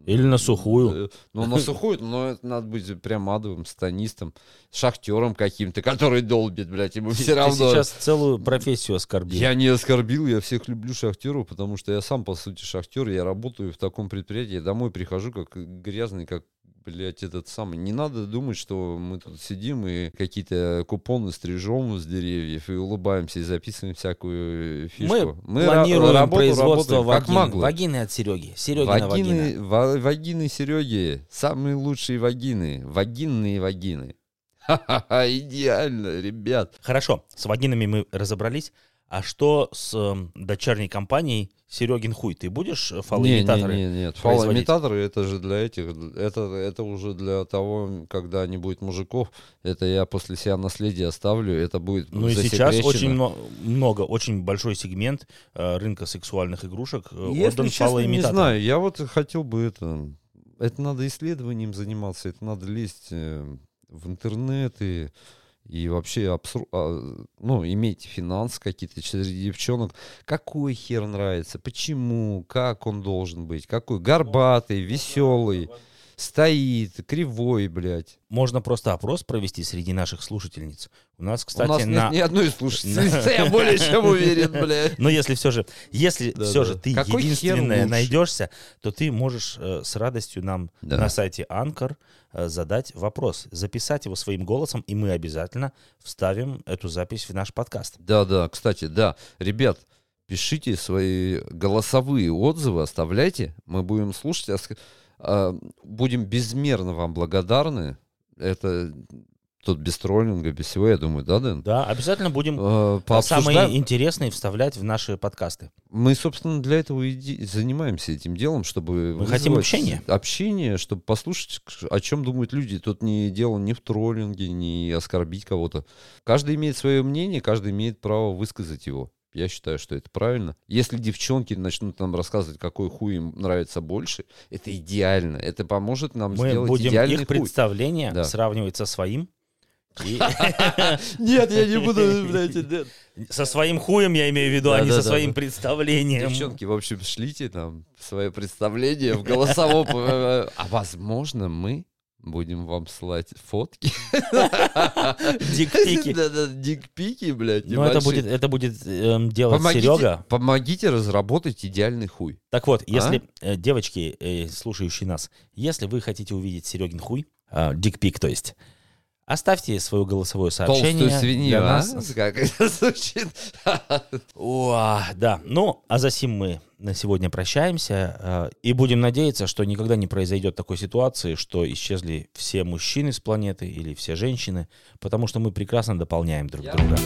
Speaker 2: Или на сухую.
Speaker 1: Э, Ну, на сухую, но это надо быть прям адовым станистом, шахтером каким-то, который долбит, блядь, ему
Speaker 2: Ты-
Speaker 1: все равно.
Speaker 2: Ты сейчас целую профессию оскорбил.
Speaker 1: Я не оскорбил, я всех люблю шахтеров, потому что я сам, по сути, шахтер, я работаю в таком предприятии, я домой прихожу как грязный, как, блядь, этот самый. Не надо думать, что мы тут сидим и какие-то купоны стрижем с деревьев и улыбаемся и записываем всякую э, фишку.
Speaker 2: Мы,
Speaker 1: ра-
Speaker 2: планируем
Speaker 1: работу
Speaker 2: производство
Speaker 1: работаем, как
Speaker 2: вагин.
Speaker 1: маглы.
Speaker 2: Вагины от Сереги. Серегина вагина.
Speaker 1: Вагины, ва- вагины Сереги, самые лучшие вагины, вагинные вагины. (laughs) Ха-ха-ха, идеально, ребят.
Speaker 2: Хорошо, с вагинами мы разобрались. А что с эм, дочерней компанией Серегин хуй? Ты будешь э, фалоимитаторы?
Speaker 1: Не, не, не, нет.
Speaker 2: производить?
Speaker 1: Фалоимитаторы это же для этих, это, это уже для того, когда не будет мужиков. Это я после себя наследие оставлю, это будет
Speaker 2: Ну и сейчас
Speaker 1: засекречено.
Speaker 2: очень мно- много, очень большой сегмент э, рынка сексуальных игрушек э,
Speaker 1: Если
Speaker 2: отдан
Speaker 1: честно, не
Speaker 2: фалоимитаторам.
Speaker 1: знаю, я вот хотел бы это... Это надо исследованием заниматься, это надо лезть э, в интернет и, и вообще абсур- а, ну, иметь финансы какие-то через девчонок. Какой хер нравится, почему, как он должен быть, какой горбатый,
Speaker 2: Ну,
Speaker 1: веселый, стоит, кривой, блядь.
Speaker 2: Можно просто опрос провести среди наших слушательниц. У нас, кстати,
Speaker 1: У нас
Speaker 2: на...
Speaker 1: нет ни одной
Speaker 2: (laughs)
Speaker 1: слушательницы, я более чем уверен, блядь.
Speaker 2: Но если все же, если
Speaker 1: Да,
Speaker 2: все
Speaker 1: да.
Speaker 2: же ты
Speaker 1: Какой хер
Speaker 2: единственная
Speaker 1: лучше?
Speaker 2: найдешься, то ты можешь э, с радостью нам
Speaker 1: Да.
Speaker 2: на сайте Анкор э, задать вопрос, записать его своим голосом, и мы обязательно вставим эту запись в наш подкаст.
Speaker 1: Да, да, кстати, да. Ребят, пишите свои голосовые отзывы, оставляйте. Мы будем слушать. а ск- а, Будем безмерно вам благодарны. Это тут без троллинга, без всего, я думаю, да, Дэн?
Speaker 2: Да, обязательно будем
Speaker 1: Э,
Speaker 2: А самые
Speaker 1: пообсуждаем.
Speaker 2: интересные вставлять в наши подкасты.
Speaker 1: Мы, собственно, для этого и де- занимаемся этим делом, чтобы...
Speaker 2: Мы хотим
Speaker 1: вызвать
Speaker 2: общения.
Speaker 1: Общение, чтобы послушать, к- о чем думают люди. Тут не дело ни в троллинге, ни оскорбить кого-то. Каждый имеет свое мнение, каждый имеет право высказать его. Я считаю, что это правильно. Если девчонки начнут нам рассказывать, какой хуй им нравится больше, это идеально. Это поможет нам
Speaker 2: Мы
Speaker 1: сделать
Speaker 2: будем
Speaker 1: идеальный
Speaker 2: их
Speaker 1: хуй.
Speaker 2: представление
Speaker 1: Да.
Speaker 2: сравнивать со своим.
Speaker 1: (laughs)
Speaker 2: И- (laughs)
Speaker 1: Нет, я не буду, блядь, это-
Speaker 2: Со своим хуем я имею в виду, а не
Speaker 1: Да-да-да.
Speaker 2: со своим представлением.
Speaker 1: Девчонки, в общем, шлите нам свое представление в голосовом. э, А возможно, мы будем вам слать фотки. (laughs)
Speaker 2: Дикпики.
Speaker 1: Да-да, Дикпики, блядь.
Speaker 2: Но Ну, это
Speaker 1: небольшие.
Speaker 2: будет, это будет эм, делать Серега.
Speaker 1: Помогите, помогите разработать идеальный хуй.
Speaker 2: Так вот, если, э, девочки, э, слушающие нас, если вы хотите увидеть Серегин хуй, а, дикпик, то есть, оставьте свое голосовое сообщение
Speaker 1: Толстую свинью,
Speaker 2: для
Speaker 1: а?
Speaker 2: нас.
Speaker 1: Как это звучит?
Speaker 2: Уа, да. Ну, а за сим мы на сегодня прощаемся э, и будем надеяться, что никогда не произойдет такой ситуации, что исчезли все мужчины с планеты или все женщины, потому что мы прекрасно дополняем друг друга.